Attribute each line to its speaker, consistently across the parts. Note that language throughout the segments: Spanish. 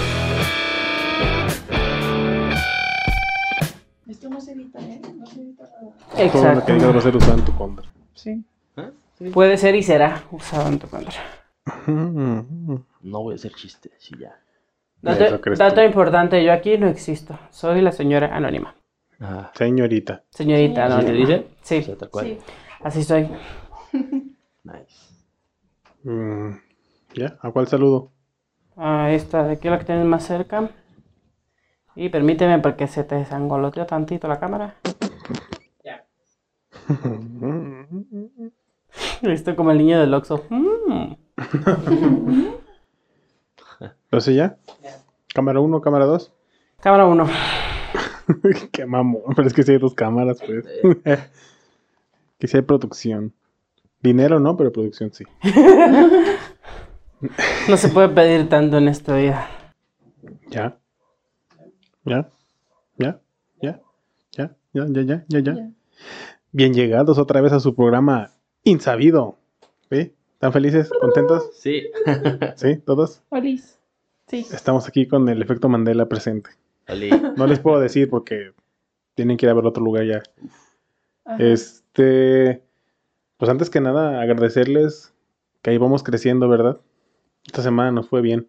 Speaker 1: ¿eh?
Speaker 2: Todo lo
Speaker 3: Exacto.
Speaker 2: que digas va a ser usado en tu contra.
Speaker 3: Sí.
Speaker 4: ¿Ah?
Speaker 3: Puede ser y será usado en tu contra.
Speaker 4: No voy a hacer chistes y ya.
Speaker 2: Eso
Speaker 3: Dato,
Speaker 2: crees
Speaker 3: dato
Speaker 2: tú.
Speaker 3: importante, yo aquí no existo. Soy la señora anónima.
Speaker 4: Ah,
Speaker 2: Señorita.
Speaker 3: Señorita
Speaker 4: ¿Así te
Speaker 3: anónima.
Speaker 4: dice? O
Speaker 3: Sí,
Speaker 4: sea, tal cual.
Speaker 1: Sí.
Speaker 3: así soy.
Speaker 4: Nice.
Speaker 2: Mm, ¿Ya? ¿A cuál saludo?
Speaker 3: Ah, esta de aquí la que tienes más cerca. Y permíteme porque se te desangoloteó tantito la cámara. Listo como el niño del Oxxo. Mm.
Speaker 2: Entonces ya. Cámara 1, cámara 2.
Speaker 3: Cámara 1.
Speaker 2: Qué mamón. Pero es que si hay dos cámaras, pues.
Speaker 4: Eh,
Speaker 2: que si hay producción. Dinero no, pero producción sí.
Speaker 3: No se puede pedir tanto en esta vida.
Speaker 2: Ya. Ya. Ya. Ya. Ya. Ya. Ya. Ya. Ya. ya.
Speaker 1: Ya.
Speaker 2: Bien llegados otra vez a su programa Insabido. ¿Sí? ¿Están felices? ¿Contentos?
Speaker 4: Sí.
Speaker 2: ¿Sí? ¿Todos?
Speaker 1: Olis. Sí.
Speaker 2: Estamos aquí con el efecto Mandela presente.
Speaker 4: Ali.
Speaker 2: No les puedo decir porque tienen que ir a ver otro lugar ya.
Speaker 1: Ajá.
Speaker 2: Este, pues antes que nada, agradecerles que ahí vamos creciendo, ¿verdad? Esta semana nos fue bien.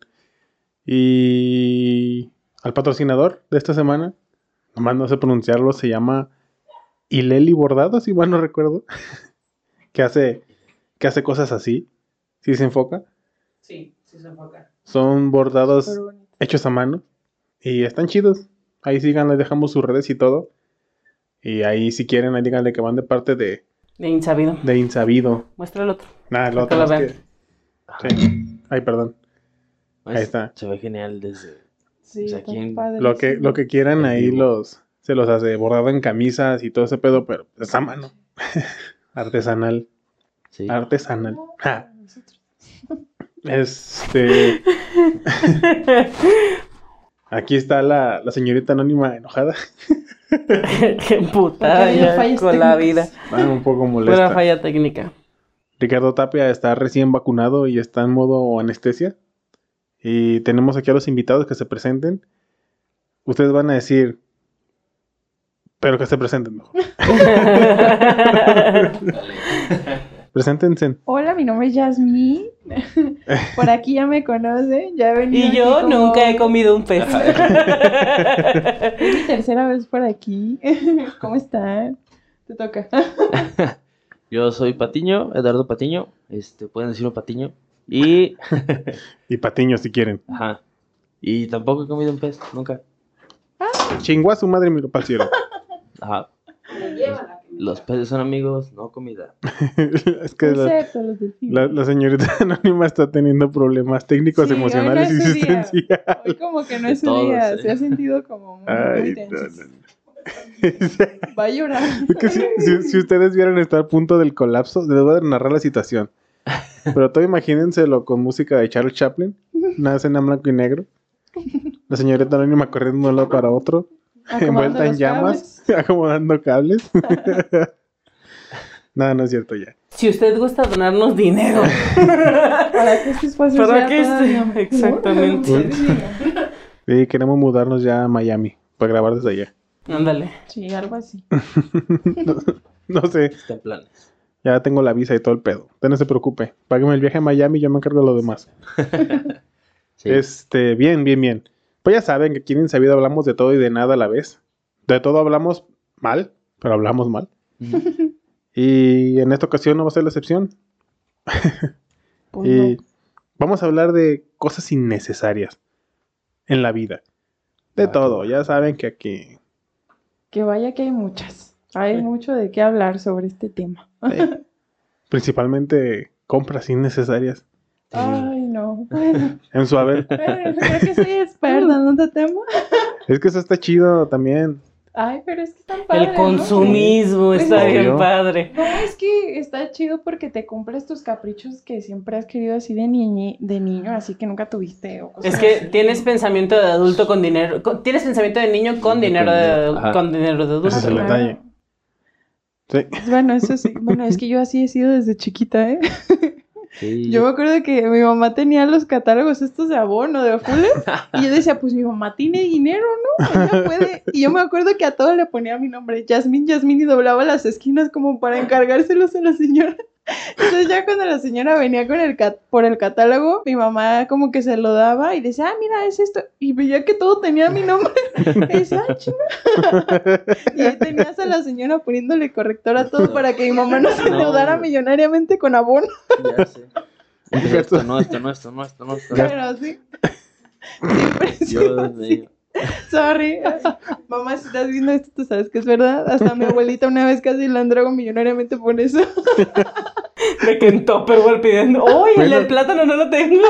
Speaker 2: Y al patrocinador de esta semana, nomás no sé pronunciarlo, se llama Ileli Bordado, si mal no recuerdo, que hace, que hace cosas así, si se enfoca.
Speaker 3: Sí, sí se enfoca.
Speaker 2: Son bordados
Speaker 1: Súper bonito.
Speaker 2: hechos a mano y están chidos. Ahí sigan, les dejamos sus redes y todo. Y ahí si quieren, ahí díganle que van de parte de,
Speaker 3: De insabido.
Speaker 2: de Insabido.
Speaker 3: Muestra el otro.
Speaker 2: Nada, lo
Speaker 3: Acá
Speaker 2: otro
Speaker 3: lo
Speaker 2: es que- sí. Ay, perdón.
Speaker 4: Nice.
Speaker 2: Ahí está.
Speaker 4: Se ve genial desde.
Speaker 1: Sí,
Speaker 4: O sea,
Speaker 1: está
Speaker 4: ¿quién-
Speaker 1: padre,
Speaker 2: Lo que,
Speaker 1: sí.
Speaker 2: lo que quieran
Speaker 4: En
Speaker 2: ahí
Speaker 4: vivo.
Speaker 2: los se los hace bordado en camisas y todo ese pedo, pero es a mano. Artesanal.
Speaker 4: Sí.
Speaker 2: Artesanal. Ja.
Speaker 1: Nosotros.
Speaker 2: Este. Aquí está la, la señorita anónima enojada.
Speaker 3: Qué
Speaker 1: Porque
Speaker 3: putada
Speaker 1: había
Speaker 3: ya
Speaker 1: fallas
Speaker 3: con la vida.
Speaker 1: técnicas.
Speaker 2: Ah, un poco molesta.
Speaker 3: Pura falla técnica.
Speaker 2: Ricardo Tapia está recién vacunado y está en modo anestesia. Y tenemos aquí a los invitados que se presenten. Ustedes van a decir, pero que se presenten mejor. Preséntense.
Speaker 1: Hola, mi nombre es Yasmín. Por aquí ya me conocen, ya he venido.
Speaker 3: y
Speaker 1: aquí
Speaker 3: yo
Speaker 1: como-
Speaker 3: nunca he comido un pez.
Speaker 1: Es mi tercera vez por aquí. ¿Cómo están? Te toca.
Speaker 4: Yo soy Patiño, Eduardo Patiño. Este, pueden decirlo Patiño. Y.
Speaker 2: Y Patiño si quieren.
Speaker 4: Ajá. Y tampoco he comido un pez, nunca.
Speaker 2: Chingua su madre, mi ropa al cielo.
Speaker 4: Ajá. Los peces son amigos, no comida.
Speaker 2: es que la,
Speaker 1: Excepto los delfines.
Speaker 2: la- la señorita anónima está teniendo problemas técnicos,
Speaker 1: Sí, hoy no
Speaker 2: emocionales
Speaker 1: es
Speaker 2: y
Speaker 1: su día.
Speaker 2: existenciales.
Speaker 1: Hoy como que no
Speaker 4: De
Speaker 1: es su
Speaker 4: todos,
Speaker 1: día,
Speaker 4: eh.
Speaker 1: se ha sentido como muy, muy
Speaker 2: Ay, no,
Speaker 1: tenso.
Speaker 2: no, no.
Speaker 1: Va a llorar.
Speaker 2: Es que si, si- si ustedes vieran estar a punto del colapso, les voy a narrar la situación. Pero todo imagínenselo con música de Charles Chaplin, una escena en blanco y negro. La señorita anónima corriendo de un lado para otro,
Speaker 1: Acomodando
Speaker 2: envuelta en
Speaker 1: los
Speaker 2: llamas, acomodando cables. no, no es cierto ya.
Speaker 3: si usted gusta donarnos dinero.
Speaker 1: cables, Para que este espacio sea
Speaker 3: Para que
Speaker 1: todavía
Speaker 3: este-
Speaker 1: mejor.
Speaker 3: exactamente.
Speaker 1: Sí,
Speaker 2: Sí, queremos mudarnos ya a Miami para grabar desde allá.
Speaker 3: Ándale.
Speaker 1: Sí, algo así.
Speaker 2: no, no sé,
Speaker 4: Está en planes.
Speaker 2: ya tengo la visa y todo el pedo. Usted no se preocupe, págueme el viaje a Miami y yo me encargo de lo demás.
Speaker 4: Sí.
Speaker 2: Este, bien, bien, bien. Pues ya saben que aquí en Sabido hablamos de todo y de nada a la vez. De todo hablamos mal, pero hablamos mal.
Speaker 4: Ujú.
Speaker 2: Y en esta ocasión no va a ser la excepción.
Speaker 4: Oh,
Speaker 1: Pues
Speaker 2: Y
Speaker 1: no.
Speaker 2: vamos a hablar de cosas innecesarias en la vida. De
Speaker 4: Ah,
Speaker 2: todo, ya saben que aquí...
Speaker 1: Que vaya que hay muchas. Hay mucho de qué hablar sobre este tema.
Speaker 2: eh, principalmente compras innecesarias.
Speaker 4: Sí.
Speaker 1: Ay, no. Bueno,
Speaker 2: En su haber.
Speaker 1: bueno, creo que soy experta en otro tema.
Speaker 2: es que eso está chido también.
Speaker 1: Ay, pero es que están padres.
Speaker 3: El consumismo
Speaker 1: Sí.
Speaker 3: está bien
Speaker 2: Obvio.
Speaker 3: padre.
Speaker 1: No, es que está chido porque te cumples tus caprichos que siempre has querido así de, niñi, de niño, así que nunca tuviste. O cosas
Speaker 3: Es que
Speaker 1: así.
Speaker 3: tienes pensamiento de adulto con dinero. con- tienes pensamiento de niño con
Speaker 4: Con
Speaker 3: dinero
Speaker 4: dinero,
Speaker 3: de,
Speaker 4: ajá.
Speaker 3: con dinero de
Speaker 2: Ese es el
Speaker 3: adulto.
Speaker 1: Claro.
Speaker 2: detalle. Sí.
Speaker 1: Bueno, eso sí. Bueno, es que yo así he sido desde chiquita, ¿eh?
Speaker 4: Sí.
Speaker 1: Yo me acuerdo de que mi mamá tenía los catálogos estos de abono, de Fuller, y yo decía, pues mi mamá tiene dinero, ¿no? Ella puede. Y yo me acuerdo que a todo le ponía mi nombre, Jasmine, Jasmine, y doblaba las esquinas como para encargárselos a la señora. Entonces ya cuando la señora venía con el cat- por el catálogo, mi mamá como que se lo daba y decía, ah, mira, es esto. Y veía que todo tenía mi nombre. Y decía, ah, chinga. Y ahí tenías a la señora poniéndole corrector a todo para que mi mamá no se
Speaker 4: No.
Speaker 1: endeudara millonariamente con abono.
Speaker 4: Ya sé. Dije, Esto no, esto no, esto no, esto no, esto no.
Speaker 1: Pero sí. Siempre sí,
Speaker 4: Dios
Speaker 1: sí.
Speaker 4: mío.
Speaker 1: Sorry. Ay, Mamá, si estás viendo esto, tú sabes que es verdad. Hasta mi abuelita una vez casi la androgo millonariamente por eso.
Speaker 3: De que en Tupperware pidiendo, ¡Uy, el
Speaker 2: Bueno.
Speaker 3: del plátano no lo tengo!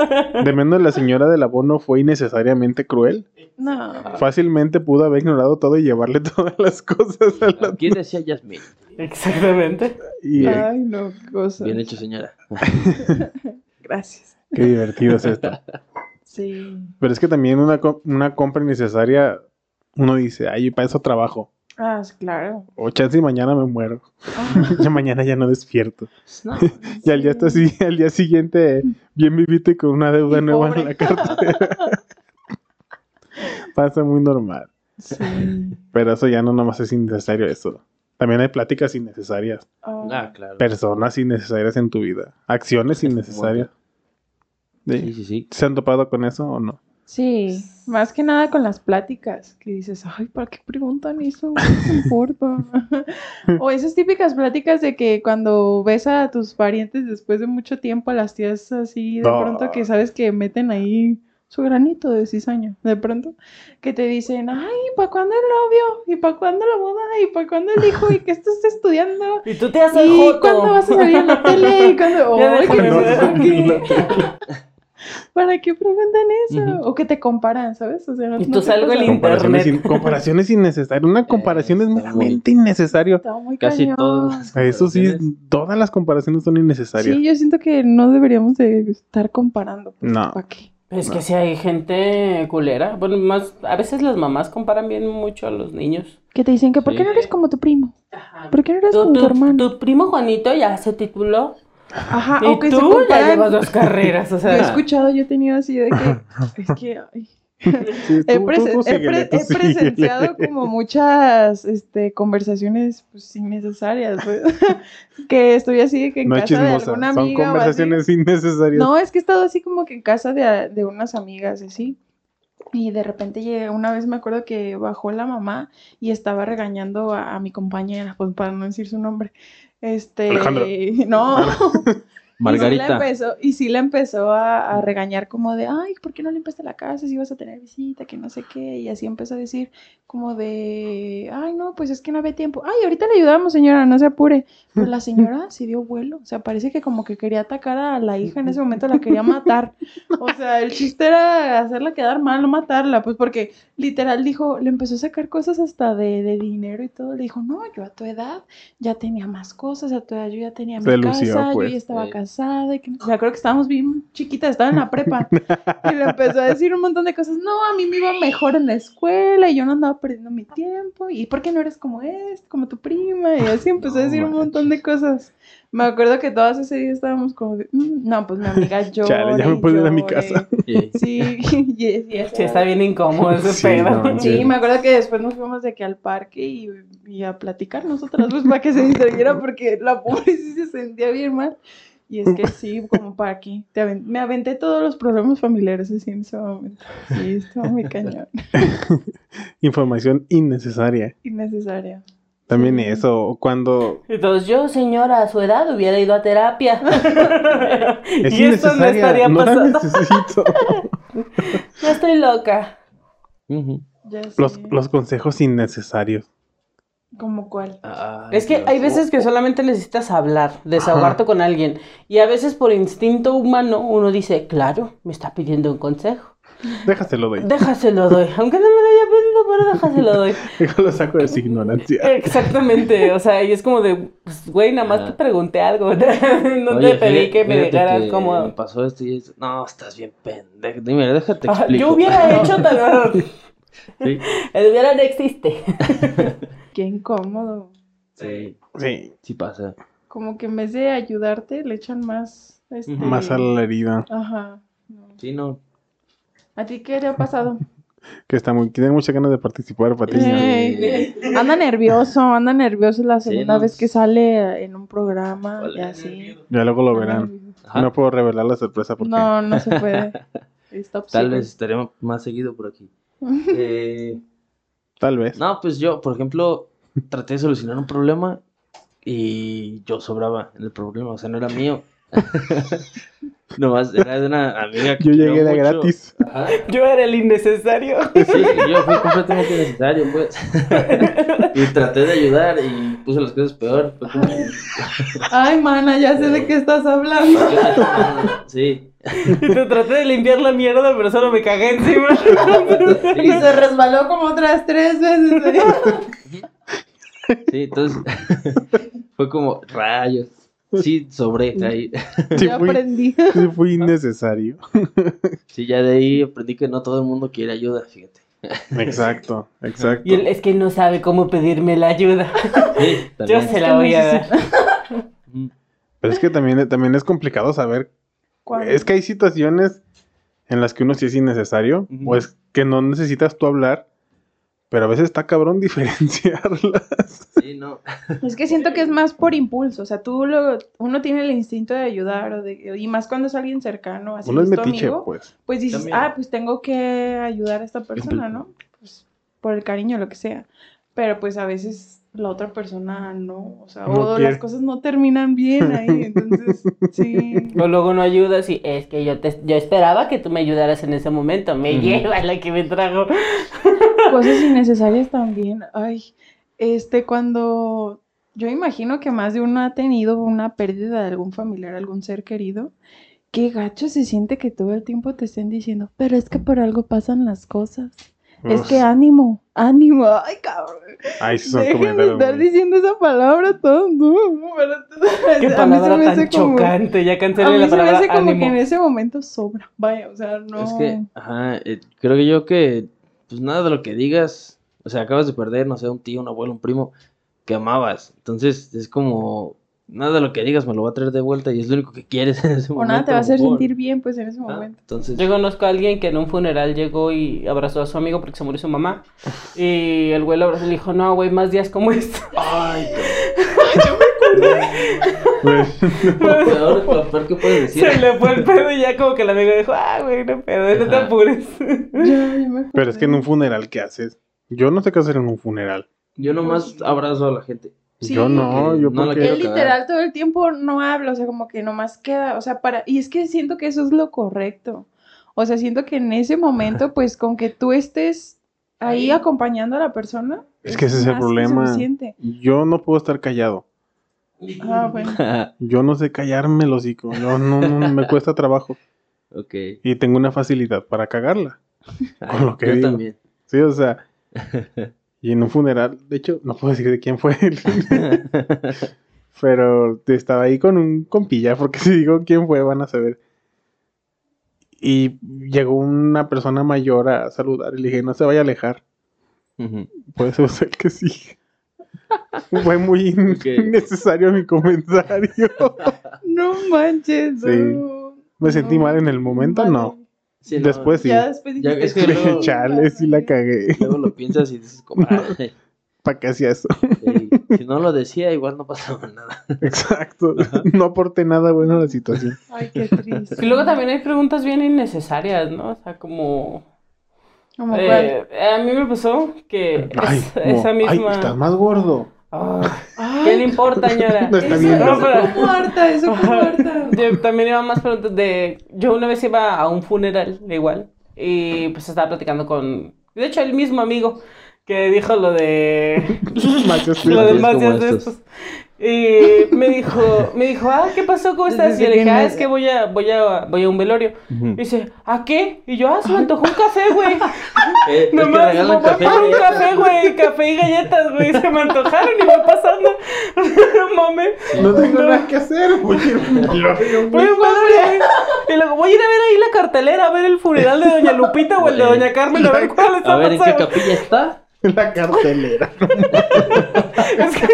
Speaker 2: De menos la señora del abono fue innecesariamente cruel.
Speaker 1: No.
Speaker 2: Fácilmente pudo haber ignorado todo y llevarle todas las cosas a la...
Speaker 4: Aquí decía Yasmin.
Speaker 3: Exactamente.
Speaker 2: Y, eh,
Speaker 1: Ay, no, qué cosa.
Speaker 4: Bien hecho, señora.
Speaker 1: Gracias.
Speaker 2: qué divertido es esto.
Speaker 1: Sí.
Speaker 2: Pero es que también una, co- una compra innecesaria, uno dice, ay, para eso trabajo.
Speaker 1: Ah, sí, claro.
Speaker 2: O chance y mañana me muero.
Speaker 1: Ah,
Speaker 2: Ya mañana ya no despierto.
Speaker 4: No,
Speaker 2: Y al día, está así- al día siguiente, bien vivito y con una deuda
Speaker 1: Y
Speaker 2: nueva
Speaker 1: pobre.
Speaker 2: en la cartera. Pasa muy normal.
Speaker 1: Sí.
Speaker 2: Pero eso ya no nomás es innecesario eso. También hay pláticas innecesarias,
Speaker 1: Ah,
Speaker 4: Ah, claro.
Speaker 2: personas innecesarias en tu vida, acciones
Speaker 4: Este,
Speaker 2: innecesarias.
Speaker 4: Sí,
Speaker 2: Sí.
Speaker 4: sí, sí.
Speaker 2: ¿Se han topado con eso o no?
Speaker 1: Sí, más que nada con las pláticas, que dices, ay, ¿para qué preguntan eso? No me importa. o esas típicas pláticas de que cuando ves a tus parientes después de mucho tiempo, a las tías así, de
Speaker 2: No.
Speaker 1: pronto que sabes que meten ahí su granito de cizaña, de pronto, que te dicen, ay, ¿para cuándo el novio? ¿Y para cuándo la boda? ¿Y para cuándo el hijo? ¿Y qué estás estudiando?
Speaker 3: Y tú te haces
Speaker 1: ¿Y
Speaker 3: joto.
Speaker 1: cuándo vas a salir en la tele? ¿Y cuándo?
Speaker 3: Ya
Speaker 1: Ay,
Speaker 3: déjame
Speaker 1: ¿qué-
Speaker 3: ver.
Speaker 1: ¿para qué?
Speaker 2: No.
Speaker 1: ¿Para qué preguntan eso?
Speaker 4: Ujú.
Speaker 1: O que te comparan, ¿sabes? O sea, no, no
Speaker 3: Y tú
Speaker 1: te
Speaker 3: salgo
Speaker 1: pasa.
Speaker 3: el in-
Speaker 2: Comparaciones,
Speaker 3: Internet.
Speaker 2: in- comparaciones innecesarias. Una comparación es
Speaker 4: está muy-
Speaker 2: meramente innecesario.
Speaker 1: Estaba muy
Speaker 4: Casi
Speaker 1: cañón.
Speaker 4: todos.
Speaker 2: Eso sí, es- todas las comparaciones son innecesarias.
Speaker 1: Sí, yo siento que no deberíamos de estar comparando. pues,
Speaker 2: No.
Speaker 1: ¿Para qué?
Speaker 3: Es que si hay gente culera. Bueno, más, a veces las mamás comparan bien mucho a los niños.
Speaker 1: Que te dicen que ¿por qué
Speaker 4: Sí.
Speaker 1: no eres como tu primo? ¿Por qué no eres
Speaker 3: Tu,
Speaker 1: como tu
Speaker 3: tu-
Speaker 1: hermano?
Speaker 3: tu primo Juanito ya se tituló.
Speaker 1: Ajá,
Speaker 3: y
Speaker 1: o que se
Speaker 3: tú ya
Speaker 1: comparan.
Speaker 3: llevas dos carreras. O
Speaker 1: Yo he
Speaker 3: sea,
Speaker 1: escuchado, yo he tenido así de que... es que... ay,
Speaker 2: Sí,
Speaker 1: he,
Speaker 2: tú-
Speaker 1: presen-
Speaker 2: tú- tú
Speaker 1: he pre-
Speaker 2: síguele, tú
Speaker 1: he
Speaker 2: síguele.
Speaker 1: presenciado como muchas este, conversaciones pues, innecesarias. pues, que estoy así de que en
Speaker 2: No es
Speaker 1: casa de
Speaker 2: chismosa,
Speaker 1: alguna amiga
Speaker 2: son
Speaker 1: o así.
Speaker 2: conversaciones innecesarias.
Speaker 1: No, es que he estado así como que en casa de, de unas amigas, y así. Y de repente llegué, una vez me acuerdo que bajó la mamá y estaba regañando a, a mi compañera, pues para no decir su nombre. Este,
Speaker 2: Alejandra.
Speaker 1: no. Y sí la
Speaker 4: Margarita.
Speaker 1: empezó, y sí la empezó a, a regañar como de, ay, ¿por qué no limpiaste la casa si ibas a tener visita, que no sé qué? Y así empezó a decir como de, ay, no, pues es que no había tiempo. Ay, ahorita le ayudamos, señora, no se apure. Pero la señora se dio vuelo, o sea, parece que como que quería atacar a la hija en ese momento, la quería matar. O sea, el chiste era hacerla quedar mal, no matarla, pues porque literal dijo, le empezó a sacar cosas hasta de, de dinero y todo. Le dijo, no, yo a tu edad ya tenía más cosas, a tu edad yo ya tenía mi
Speaker 2: Se lució,
Speaker 1: casa,
Speaker 2: pues.
Speaker 1: yo ya estaba
Speaker 4: Sí.
Speaker 1: casada. Y que, o sea, creo que estábamos bien chiquitas, estaba en la prepa. y le empezó a decir un montón de cosas, no, a mí me iba mejor en la escuela y yo no andaba perdiendo mi tiempo. ¿Y por qué no eres como este, como tu prima? Y así empezó a
Speaker 4: No
Speaker 1: decir un montón de cosas. Me acuerdo que todas ese día estábamos como, de, "Mm, no, pues mi amiga yo.
Speaker 2: Chale, ya me puedo ir a mi casa.
Speaker 4: Sí.
Speaker 1: Sí, y, y esa-
Speaker 3: sí, está bien incómodo ese
Speaker 2: Sí,
Speaker 3: pedo.
Speaker 2: no,
Speaker 1: Sí, me acuerdo que después nos fuimos de que al parque y, y a platicar nosotras pues para que se distrayera porque la pobre sí se sentía bien mal. Y es que sí, como para aquí. te aven- me aventé todos los problemas familiares así en ese momento. Sí, estaba muy cañón.
Speaker 2: Información innecesaria.
Speaker 1: Innecesaria.
Speaker 2: También
Speaker 1: Sí.
Speaker 2: eso, o cuando
Speaker 3: Entonces, yo, señora, a su edad hubiera ido a terapia.
Speaker 2: es
Speaker 3: y esto no
Speaker 2: innecesaria,
Speaker 3: estaría
Speaker 2: no, la
Speaker 3: pasando.
Speaker 2: necesito.
Speaker 3: No estoy loca.
Speaker 4: Ujú.
Speaker 1: Ya sé.
Speaker 2: los, los consejos innecesarios.
Speaker 1: ¿Como cuál?
Speaker 4: Ay,
Speaker 3: Es que
Speaker 4: Dios.
Speaker 3: hay veces que solamente necesitas hablar, desahogarte con alguien. Y a veces por instinto humano uno dice, claro, me está pidiendo un consejo.
Speaker 2: Déjaselo doy.
Speaker 3: Déjaselo doy. Aunque no me lo haya pedido, pero déjaselo doy.
Speaker 2: Déjalo saco de su ignorancia.
Speaker 3: Exactamente. O sea, y es como de, pues, güey, nada más
Speaker 4: Ajá.
Speaker 3: te pregunté algo. no
Speaker 4: Oye,
Speaker 3: te pedí
Speaker 4: fíjate-
Speaker 3: que me
Speaker 4: fíjate
Speaker 3: dijeras
Speaker 4: que me
Speaker 3: como...
Speaker 4: pasó esto y esto. No, estás bien pendejo. Dime, déjate
Speaker 3: "Ajá,
Speaker 4: explico.
Speaker 3: Yo hubiera hecho tal...
Speaker 4: Sí,
Speaker 3: El hubiera no existe.
Speaker 1: Qué incómodo.
Speaker 4: sí,
Speaker 2: Sí.
Speaker 4: sí pasa.
Speaker 1: como que en vez de ayudarte, le echan más. Este...
Speaker 4: Ujú.
Speaker 2: Más a la herida.
Speaker 1: Ajá. no.
Speaker 4: Sí, no.
Speaker 1: ¿A ti qué te ha pasado?
Speaker 2: Que está muy, tiene muchas ganas de participar, Patiño.
Speaker 1: Eh.
Speaker 4: Sí.
Speaker 1: Anda nervioso, anda nervioso la
Speaker 4: Sí,
Speaker 1: segunda
Speaker 4: no. pues.
Speaker 1: vez que sale en un programa
Speaker 4: Ole.
Speaker 1: y así.
Speaker 2: Ya luego lo
Speaker 1: Anda
Speaker 2: verán.
Speaker 1: nervioso.
Speaker 4: Ajá.
Speaker 2: No puedo revelar la sorpresa porque
Speaker 1: No, no se puede. Stop
Speaker 4: Tal
Speaker 1: secret.
Speaker 4: vez estaré más seguido por aquí. Eh,
Speaker 2: tal vez.
Speaker 4: no, pues yo, por ejemplo, traté de solucionar un problema y yo sobraba en el problema, o sea, no era mío. Nomás era de una amiga que
Speaker 2: Yo
Speaker 4: quiero
Speaker 2: llegué de
Speaker 4: mucho.
Speaker 2: gratis.
Speaker 4: Ajá.
Speaker 3: Yo era el innecesario.
Speaker 4: Sí, yo fui completamente necesario, pues. y traté de ayudar y puse las cosas peor. Fue como-
Speaker 1: Ay, mana, ya sé de qué estás hablando.
Speaker 4: "Ah, Sí.
Speaker 3: Y te traté de limpiar la mierda, pero solo me cagué encima.
Speaker 1: Y se resbaló como otras tres veces. ¿eh?
Speaker 4: Sí, entonces fue como rayos. Sí, sobré ahí.
Speaker 2: Sí
Speaker 1: Yo
Speaker 2: fui,
Speaker 1: aprendí.
Speaker 2: sí fui innecesario.
Speaker 4: Sí, ya de ahí aprendí que no todo el mundo quiere ayuda, fíjate.
Speaker 2: Exacto, exacto.
Speaker 3: Y él es que no sabe cómo pedirme la ayuda.
Speaker 4: Sí,
Speaker 3: Yo
Speaker 4: también.
Speaker 3: se la voy a dar.
Speaker 4: Mm.
Speaker 2: Pero es que también, también es complicado saber.
Speaker 1: Cuando-
Speaker 2: Es que hay situaciones en las que uno sí es innecesario,
Speaker 4: Ujú.
Speaker 2: o es que no necesitas tú hablar, pero a veces está cabrón diferenciarla.
Speaker 4: Sí, no.
Speaker 1: Es que siento que es más por impulso, o sea, tú lo, uno tiene el instinto de ayudar, o de, y más cuando es alguien cercano, así
Speaker 2: uno es
Speaker 1: tu
Speaker 2: metiche,
Speaker 1: amigo,
Speaker 2: pues.
Speaker 1: pues dices,
Speaker 4: También.
Speaker 1: ah, pues tengo que ayudar a esta persona, ¿no? Pues, por el cariño, lo que sea. Pero pues a veces la otra persona no, o sea,
Speaker 2: No
Speaker 1: o
Speaker 2: quiere.
Speaker 1: las cosas no terminan bien ahí, entonces, sí.
Speaker 3: O luego no ayudas y es que yo te, yo esperaba que tú me ayudaras en ese momento. Me
Speaker 2: Ujú.
Speaker 3: lleva la que me trajo.
Speaker 1: Cosas innecesarias también, ay, este, cuando, yo imagino que más de uno ha tenido una pérdida de algún familiar, algún ser querido, Qué gacho se siente que todo el tiempo te estén diciendo, pero es que por algo pasan las cosas. Es
Speaker 2: Uf,
Speaker 1: que ánimo, ánimo. Ay, cabrón.
Speaker 2: Ay, sí son
Speaker 1: Dejen de
Speaker 2: comentarios.
Speaker 1: estar
Speaker 2: muy-
Speaker 1: diciendo esa palabra tan duro. para todo.
Speaker 3: Qué
Speaker 1: A mí se
Speaker 3: palabra
Speaker 1: me
Speaker 3: tan
Speaker 1: hace como-
Speaker 3: chocante. Ya
Speaker 1: A
Speaker 3: cancelé
Speaker 1: mí
Speaker 3: la
Speaker 1: se me
Speaker 3: palabra
Speaker 1: hace como que en
Speaker 3: ánimo.
Speaker 1: ese momento sobra. Vaya, o sea, no.
Speaker 4: Es que, ajá, eh, creo que yo que, pues nada de lo que digas, o sea, acabas de perder, no sé, un tío, un abuelo, un primo que amabas. Entonces, es como, nada de lo que digas me lo va a traer de vuelta y es lo único que quieres en ese
Speaker 1: o
Speaker 4: momento.
Speaker 1: nada te va a hacer
Speaker 4: mejor.
Speaker 1: sentir bien, pues, en ese
Speaker 4: Ah,
Speaker 1: momento.
Speaker 4: Entonces,
Speaker 3: Yo conozco a alguien que en un funeral llegó y abrazó a su amigo porque se murió su mamá. Y el güey lo abrazó y le dijo, no, güey, más días como este.
Speaker 4: ay,
Speaker 2: Güey,
Speaker 4: lo peor, lo peor que puedes decir.
Speaker 3: Se le fue el pedo y ya como que el amigo dijo, ah, güey, no pedo, no te
Speaker 4: Ajá.
Speaker 3: apures.
Speaker 1: Ya, ya me
Speaker 2: Pero es que en
Speaker 1: acordé.
Speaker 2: un funeral, ¿qué haces? Yo no sé qué hacer en un funeral.
Speaker 4: Yo nomás abrazo a la gente.
Speaker 1: Sí.
Speaker 2: Yo no, yo
Speaker 4: No la
Speaker 2: porque...
Speaker 4: quiero
Speaker 1: Él literal todo el tiempo no habla, o sea, como que nomás queda, o sea, para, y es que siento que eso es lo correcto. O sea, siento que en ese momento, pues con que tú estés ahí acompañando a la persona.
Speaker 2: Es que ese es el
Speaker 1: más que
Speaker 2: problema.
Speaker 1: suficiente.
Speaker 2: Yo no puedo estar callado.
Speaker 1: Ah, bueno.
Speaker 2: Yo no sé callarme el hocico. Yo no, no, me cuesta trabajo.
Speaker 4: ok.
Speaker 2: Y tengo una facilidad para cagarla. Con lo que
Speaker 4: yo
Speaker 2: digo.
Speaker 4: también.
Speaker 2: Sí, o sea. Y en un funeral, de hecho, no puedo decir de quién fue él.
Speaker 4: Ah.
Speaker 2: Pero estaba ahí con un compilla, porque si digo quién fue, van a saber. Y llegó una persona mayor a saludar y le dije, no se vaya a alejar.
Speaker 4: Ujú.
Speaker 2: Por eso es el que sí. Fue muy in-
Speaker 4: Ok.
Speaker 2: innecesario mi comentario.
Speaker 1: No manches.
Speaker 2: Sí.
Speaker 1: no,
Speaker 2: Me sentí
Speaker 1: no.
Speaker 2: mal en el momento, no.
Speaker 4: Sí, no,
Speaker 2: Después sí.
Speaker 1: Ya después
Speaker 4: Ya
Speaker 1: dijiste,
Speaker 4: es que luego-
Speaker 2: Chale, sí la cagué.
Speaker 4: Luego lo piensas y dices, como, "Ay,
Speaker 2: ¿Para qué hacía eso?
Speaker 4: ey, si no lo decía, igual no pasaba nada.
Speaker 2: Exacto. No aporté nada bueno a la situación.
Speaker 1: Ay, qué triste.
Speaker 3: Y luego también hay preguntas bien innecesarias, ¿no? O sea, como...
Speaker 1: Como
Speaker 3: eh,
Speaker 1: cuál.
Speaker 3: a mí me pasó que
Speaker 2: Ay,
Speaker 3: es-
Speaker 2: como,
Speaker 3: esa
Speaker 2: ay,
Speaker 3: misma...
Speaker 2: estás más gordo.
Speaker 3: Ah, ¿Qué le
Speaker 1: Ay,
Speaker 3: importa, señora?
Speaker 2: No está
Speaker 1: eso,
Speaker 2: bien.
Speaker 1: eso
Speaker 3: No, pero-
Speaker 1: comporta, eso comporta.
Speaker 3: Yo también iba más preguntas de. Yo una vez iba a un funeral, da igual, y pues estaba platicando con. De hecho, el mismo amigo que dijo lo de.
Speaker 2: Machos,
Speaker 3: lo de
Speaker 4: Así es
Speaker 3: más
Speaker 4: como
Speaker 3: días de
Speaker 4: estos.
Speaker 3: estos. Y me dijo, me dijo, ah, ¿qué pasó? ¿Cómo estás? Y
Speaker 1: Desde
Speaker 3: yo le dije,
Speaker 1: que
Speaker 3: ah,
Speaker 1: me-
Speaker 3: es que voy a, voy a, voy a un velorio. Y dice, ¿a qué? Y yo, ah, se me antojó un café, güey.
Speaker 4: Eh, es que
Speaker 3: Nomás
Speaker 4: regalan
Speaker 3: voy
Speaker 4: café.
Speaker 3: por un café, güey. Café y galletas, güey. Se me antojaron y voy pasando. No mames.
Speaker 2: No tengo nada que hacer. Voy a ir a un
Speaker 3: Voy
Speaker 2: velorio, güey.
Speaker 3: a un velorio, güey. Y luego voy a ir a ver ahí la cartelera, a ver el funeral de Doña Lupita o el de Doña Carmen, a ver cuál
Speaker 4: A
Speaker 3: está
Speaker 4: ver, ¿en qué
Speaker 3: pasando.
Speaker 4: capilla está?
Speaker 2: La cartelera.
Speaker 3: Es que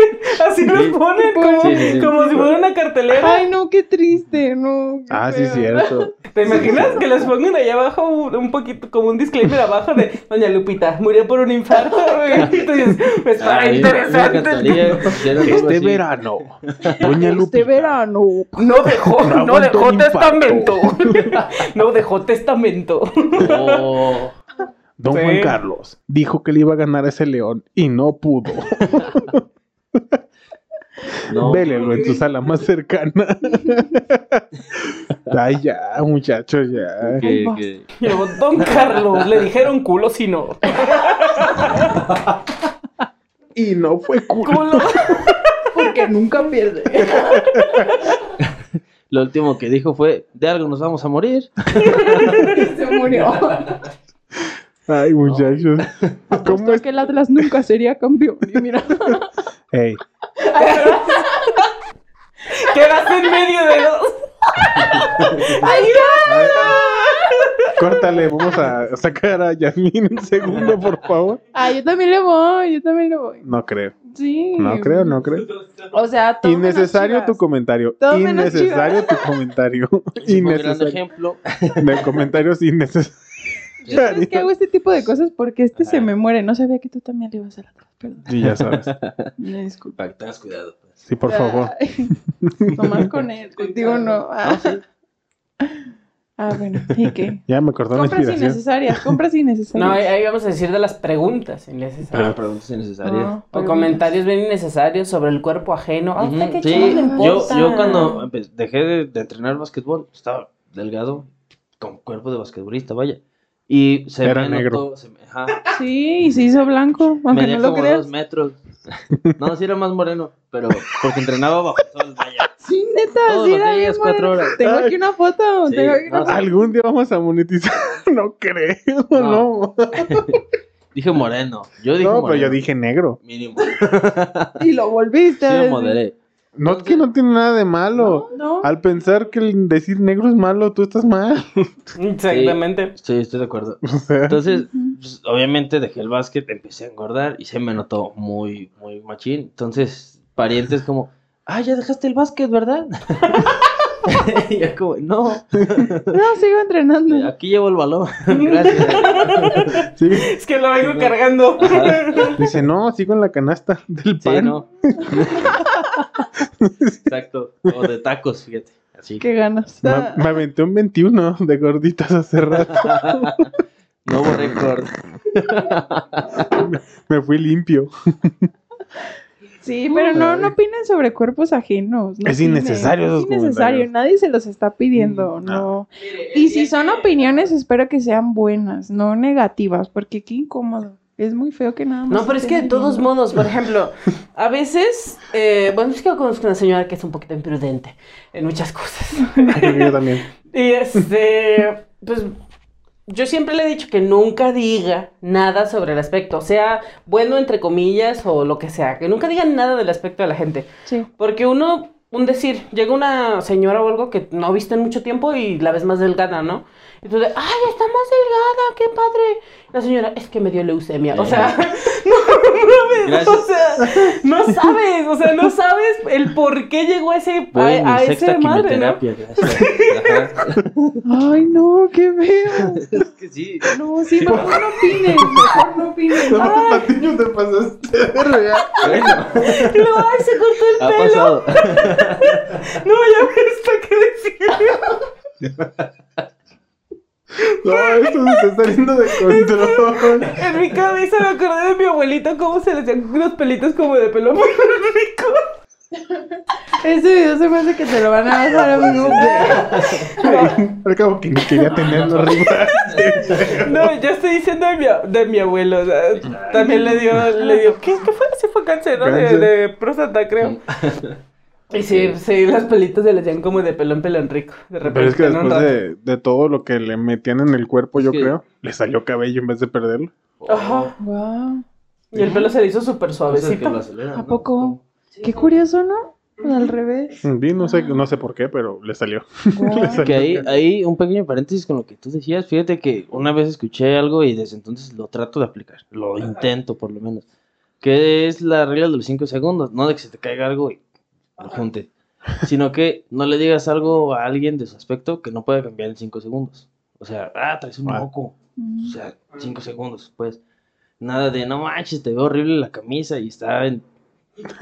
Speaker 3: así nos
Speaker 4: Sí.
Speaker 3: ponen, como,
Speaker 4: Sí, sí, sí.
Speaker 3: como si fuera una cartelera.
Speaker 1: Ay, no, qué triste, no. qué
Speaker 2: Ah, sí,
Speaker 1: feo.
Speaker 2: cierto.
Speaker 3: ¿Te imaginas que les pongan allá abajo un, un poquito, como un disclaimer abajo de Doña Lupita, murió por un infarto? güey"? Entonces, pues para
Speaker 4: Ay, Me
Speaker 3: interesante.
Speaker 4: encantaría que hicieran algo
Speaker 2: Este
Speaker 4: así.
Speaker 2: verano. Doña Lupita.
Speaker 1: Este verano.
Speaker 3: No dejó,
Speaker 2: No
Speaker 3: no,
Speaker 2: aguantó
Speaker 3: dejó
Speaker 2: un infarto.
Speaker 3: testamento. No dejó testamento.
Speaker 4: Oh,
Speaker 2: Don
Speaker 3: Sí.
Speaker 2: Juan Carlos dijo que le iba a ganar a ese león y no pudo.
Speaker 4: no.
Speaker 2: Vélelo en su sala más cercana. Ay, ya, muchachos, ya.
Speaker 4: que-
Speaker 1: Ay, basta.
Speaker 4: que-
Speaker 3: Y luego, Don Carlos, le dijeron culo si no.
Speaker 2: Y no fue culo.
Speaker 3: Culo.
Speaker 1: Porque nunca pierde.
Speaker 4: Lo último que dijo fue, de algo nos vamos a morir.
Speaker 1: Se murió.
Speaker 2: Ay, muchachos. ¿Cómo
Speaker 1: Porque
Speaker 2: es?
Speaker 1: que el Atlas nunca sería campeón. Y mira.
Speaker 2: Ey,
Speaker 3: Quedaste en medio de dos.
Speaker 1: ¡Ay,
Speaker 2: córtale, vamos a sacar a Yasmín un segundo, por favor.
Speaker 1: Ah, yo también le voy, yo también le voy.
Speaker 2: No creo,
Speaker 1: Sí.
Speaker 2: no creo, no creo.
Speaker 1: O sea, todo menos
Speaker 2: Innecesario tu
Speaker 1: Chivas.
Speaker 2: comentario.
Speaker 1: Todo menos
Speaker 2: Innecesario tu comentario.
Speaker 4: Ese fue un gran
Speaker 2: Innecesario.
Speaker 4: ejemplo.
Speaker 2: De comentarios
Speaker 1: Yo sabes que hago
Speaker 2: innecesarios.
Speaker 1: este tipo de cosas porque este se me muere. No sabía que tú también le ibas al Atlas. Perdón.
Speaker 2: Sí, ya sabes.
Speaker 1: Una disculpa.
Speaker 4: tengas cuidado. pues.
Speaker 2: Sí, por favor.
Speaker 1: Ay, Nomás con él, contigo no. Ah, Ah, bueno, ¿y qué?
Speaker 2: Ya me cortó la
Speaker 1: Compras
Speaker 2: inspiración.
Speaker 1: innecesarias, compras
Speaker 3: No, ahí,
Speaker 1: innecesarias.
Speaker 3: ahí vamos a decir de las preguntas innecesarias.
Speaker 4: preguntas innecesarias.
Speaker 1: Ah,
Speaker 3: O
Speaker 1: preguntas.
Speaker 3: comentarios bien innecesarios sobre el cuerpo ajeno. Ah, ¿usted qué
Speaker 4: Ujú, sí,
Speaker 3: chingados le
Speaker 4: yo,
Speaker 3: importa?
Speaker 4: yo cuando empe- dejé de, de entrenar básquetbol, estaba delgado, con cuerpo de basquetbolista, vaya. Y se
Speaker 2: Era
Speaker 4: me
Speaker 2: negro.
Speaker 4: notó- se me- ajá,
Speaker 1: Sí, y se hizo blanco, aunque
Speaker 4: medía
Speaker 1: no lo
Speaker 4: como
Speaker 1: creas.
Speaker 4: dos metros. No, sí era más moreno, pero porque entrenaba bajo el sol, vaya.
Speaker 1: Sí, neta,
Speaker 4: Todos
Speaker 1: sí
Speaker 4: los
Speaker 1: era
Speaker 4: días,
Speaker 1: bien
Speaker 4: cuatro
Speaker 1: moreno.
Speaker 4: horas.
Speaker 1: Tengo
Speaker 2: Ay.
Speaker 1: aquí una foto,
Speaker 4: Sí,
Speaker 1: tengo aquí una
Speaker 4: no,
Speaker 1: foto.
Speaker 2: Algún día vamos a monetizar. No creo, no.
Speaker 4: No. Dije moreno. Yo dije
Speaker 2: No, pero
Speaker 4: moreno.
Speaker 2: yo dije negro.
Speaker 4: Mínimo.
Speaker 1: Y lo volviste
Speaker 4: Sí
Speaker 1: a
Speaker 4: me
Speaker 1: decir.
Speaker 4: moderé.
Speaker 2: No es que no tiene nada de malo.
Speaker 1: No,
Speaker 2: Al pensar que el decir negro es malo, tú estás mal.
Speaker 3: Exactamente.
Speaker 4: Sí, estoy de acuerdo.
Speaker 2: O sea,
Speaker 4: Entonces,
Speaker 1: Ujú.
Speaker 4: pues, obviamente dejé el básquet, empecé a engordar y se me notó muy, muy machín. Entonces, parientes como, ah, ya dejaste el básquet, ¿verdad? y yo como, no,
Speaker 1: no, sigo entrenando.
Speaker 4: aquí llevo el balón. Gracias.
Speaker 2: sí.
Speaker 3: Es que lo vengo cargando.
Speaker 2: Dice, no, sigo en la canasta del
Speaker 4: Sí,
Speaker 2: pan.
Speaker 4: no. Exacto. O de tacos, fíjate. Así.
Speaker 1: Qué ganas.
Speaker 2: Ma- me, aventé un 21 de gorditas hace rato.
Speaker 4: Nuevo récord.
Speaker 2: Me fui limpio.
Speaker 1: Sí, pero no, no
Speaker 2: Ay.
Speaker 1: opinen sobre cuerpos ajenos. no
Speaker 2: Es
Speaker 1: opinen.
Speaker 2: innecesario esos
Speaker 1: Es innecesario,
Speaker 2: comentarios.
Speaker 1: nadie se los está pidiendo,
Speaker 2: Mm,
Speaker 1: no. Y si son opiniones, espero que sean buenas, no negativas, porque qué incómodo. Es muy feo que nada más.
Speaker 3: No, pero es que de
Speaker 1: estén
Speaker 3: todos
Speaker 1: viendo.
Speaker 3: modos, por ejemplo, a veces, eh, bueno, es que yo conozco una señora que es un poquito imprudente en muchas cosas.
Speaker 2: Yo también.
Speaker 3: Y este, pues yo siempre le he dicho que nunca diga nada sobre el aspecto, sea bueno entre comillas o lo que sea, que nunca digan nada del aspecto de la gente.
Speaker 1: Sí.
Speaker 3: Porque uno, un decir, llega una señora o algo que no viste en mucho tiempo y la ves más delgada, ¿no? Y tú de, ay, está más delgada, qué padre. La señora, es que me dio leucemia. O sea, no, mames, o
Speaker 4: Gracias.
Speaker 3: sea, no sabes, o sea, no sabes el por qué llegó a ese, a,
Speaker 4: Voy en mi
Speaker 3: a ese
Speaker 4: sexta
Speaker 3: madre, ¿no?
Speaker 4: quimioterapia. Gracias. Ajá.
Speaker 1: Ay, no, qué feo.
Speaker 4: Es que sí.
Speaker 1: No, sí, mejor no opinen, mejor no opinen. Ah,
Speaker 2: No, Patiño, te pasaste de
Speaker 4: ¿eh?
Speaker 2: verga.
Speaker 4: Bueno,
Speaker 3: Y luego, ay, se cortó el
Speaker 4: ha
Speaker 3: pelo.
Speaker 4: pasado.
Speaker 3: No, ya me está que decir.
Speaker 2: No, esto se está saliendo de control.
Speaker 3: En mi cabeza me acordé de mi abuelito cómo se le hacían unos pelitos como de pelo muy rico.
Speaker 1: Ese video se me hace que te lo van a bajar a un
Speaker 2: Al cabo que ni quería tenerlo arriba.
Speaker 3: No, yo estoy diciendo de mi, a- de mi abuelo. o sea, también le dio, le dio, ¿qué, qué fue? Sí fue cáncer, ¿no? De,
Speaker 2: Cáncer.
Speaker 3: de próstata, creo. Y sí, sí, los pelitos se le hacían como de pelón pelón rico. De repente,
Speaker 2: Pero es que
Speaker 3: en un
Speaker 2: después
Speaker 3: rato.
Speaker 2: de, de todo lo que le metían en el cuerpo, yo
Speaker 4: Sí.
Speaker 2: creo, le salió cabello en vez de perderlo.
Speaker 4: Oh,
Speaker 3: Ajá.
Speaker 1: Wow.
Speaker 3: Y el pelo se le hizo súper
Speaker 4: Cosas que lo
Speaker 3: suavecito.
Speaker 4: aceleran,
Speaker 1: ¿A
Speaker 4: ¿no?
Speaker 1: poco? Qué curioso, ¿no? Al revés.
Speaker 2: Bien, Mm, no sé,
Speaker 1: Ah.
Speaker 2: no sé por qué, pero le salió.
Speaker 1: Guau.
Speaker 2: salió.
Speaker 4: Que ahí, ahí un pequeño paréntesis con lo que tú decías. Fíjate que una vez escuché algo y desde entonces lo trato de aplicar. Lo intento, por lo menos. Que es la regla de los 5 segundos. No de que se te caiga algo y lo junte. Sino que no le digas algo a alguien de su aspecto que no pueda cambiar en 5 segundos. O sea, ah, traes un
Speaker 2: Ah.
Speaker 4: moco. O
Speaker 1: Mm.
Speaker 4: sea, 5 segundos, pues. Nada de, no manches, te veo horrible la camisa y está en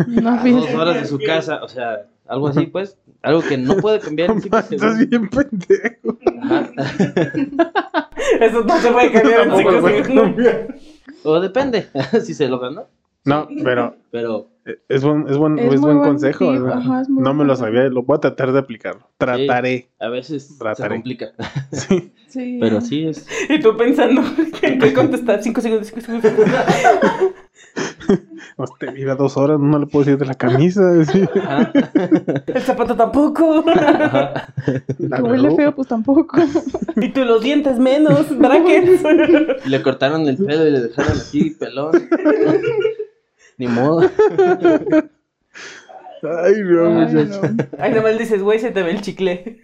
Speaker 1: No,
Speaker 4: a dos horas de su casa. O sea, algo así, pues. Algo que no puede cambiar en 5
Speaker 2: Estás
Speaker 4: segundos.
Speaker 2: bien pendejo.
Speaker 4: Ajá.
Speaker 3: Eso no se puede cambiar ¿eh? en
Speaker 2: Tampoco
Speaker 3: cinco
Speaker 2: lo puedes
Speaker 3: segundos.
Speaker 2: cambiar.
Speaker 4: O depende, si se lo ganó.
Speaker 2: No, pero
Speaker 4: Pero
Speaker 2: eh, es buen, es buen,
Speaker 1: Es
Speaker 2: es
Speaker 1: muy
Speaker 2: buen
Speaker 1: buen
Speaker 2: consejo.
Speaker 1: tip,
Speaker 2: ¿verdad?
Speaker 1: ajá, es muy
Speaker 2: no
Speaker 1: buen
Speaker 2: me lo
Speaker 1: consejo.
Speaker 2: sabía, lo voy a tratar de aplicarlo. Trataré.
Speaker 4: a veces se
Speaker 2: Trataré.
Speaker 4: complica.
Speaker 2: Sí.
Speaker 1: Sí.
Speaker 4: Pero sí es.
Speaker 3: Y tú pensando en qué contestar. Cinco segundos, cinco segundos.
Speaker 2: Usted vive dos horas, no le puedo decir de la camisa. sí.
Speaker 4: Ajá.
Speaker 3: El zapato tampoco.
Speaker 4: Ajá.
Speaker 2: La
Speaker 1: Que huele
Speaker 2: verdad.
Speaker 1: feo, pues tampoco.
Speaker 3: Y tú los dientes menos. Brackets.
Speaker 4: Le cortaron el pelo y le dejaron así pelón. Ni modo.
Speaker 2: Ay, no,
Speaker 1: Ay,
Speaker 2: muchacho.
Speaker 1: no.
Speaker 3: Ahí nada más dices, güey, se te ve el chicle.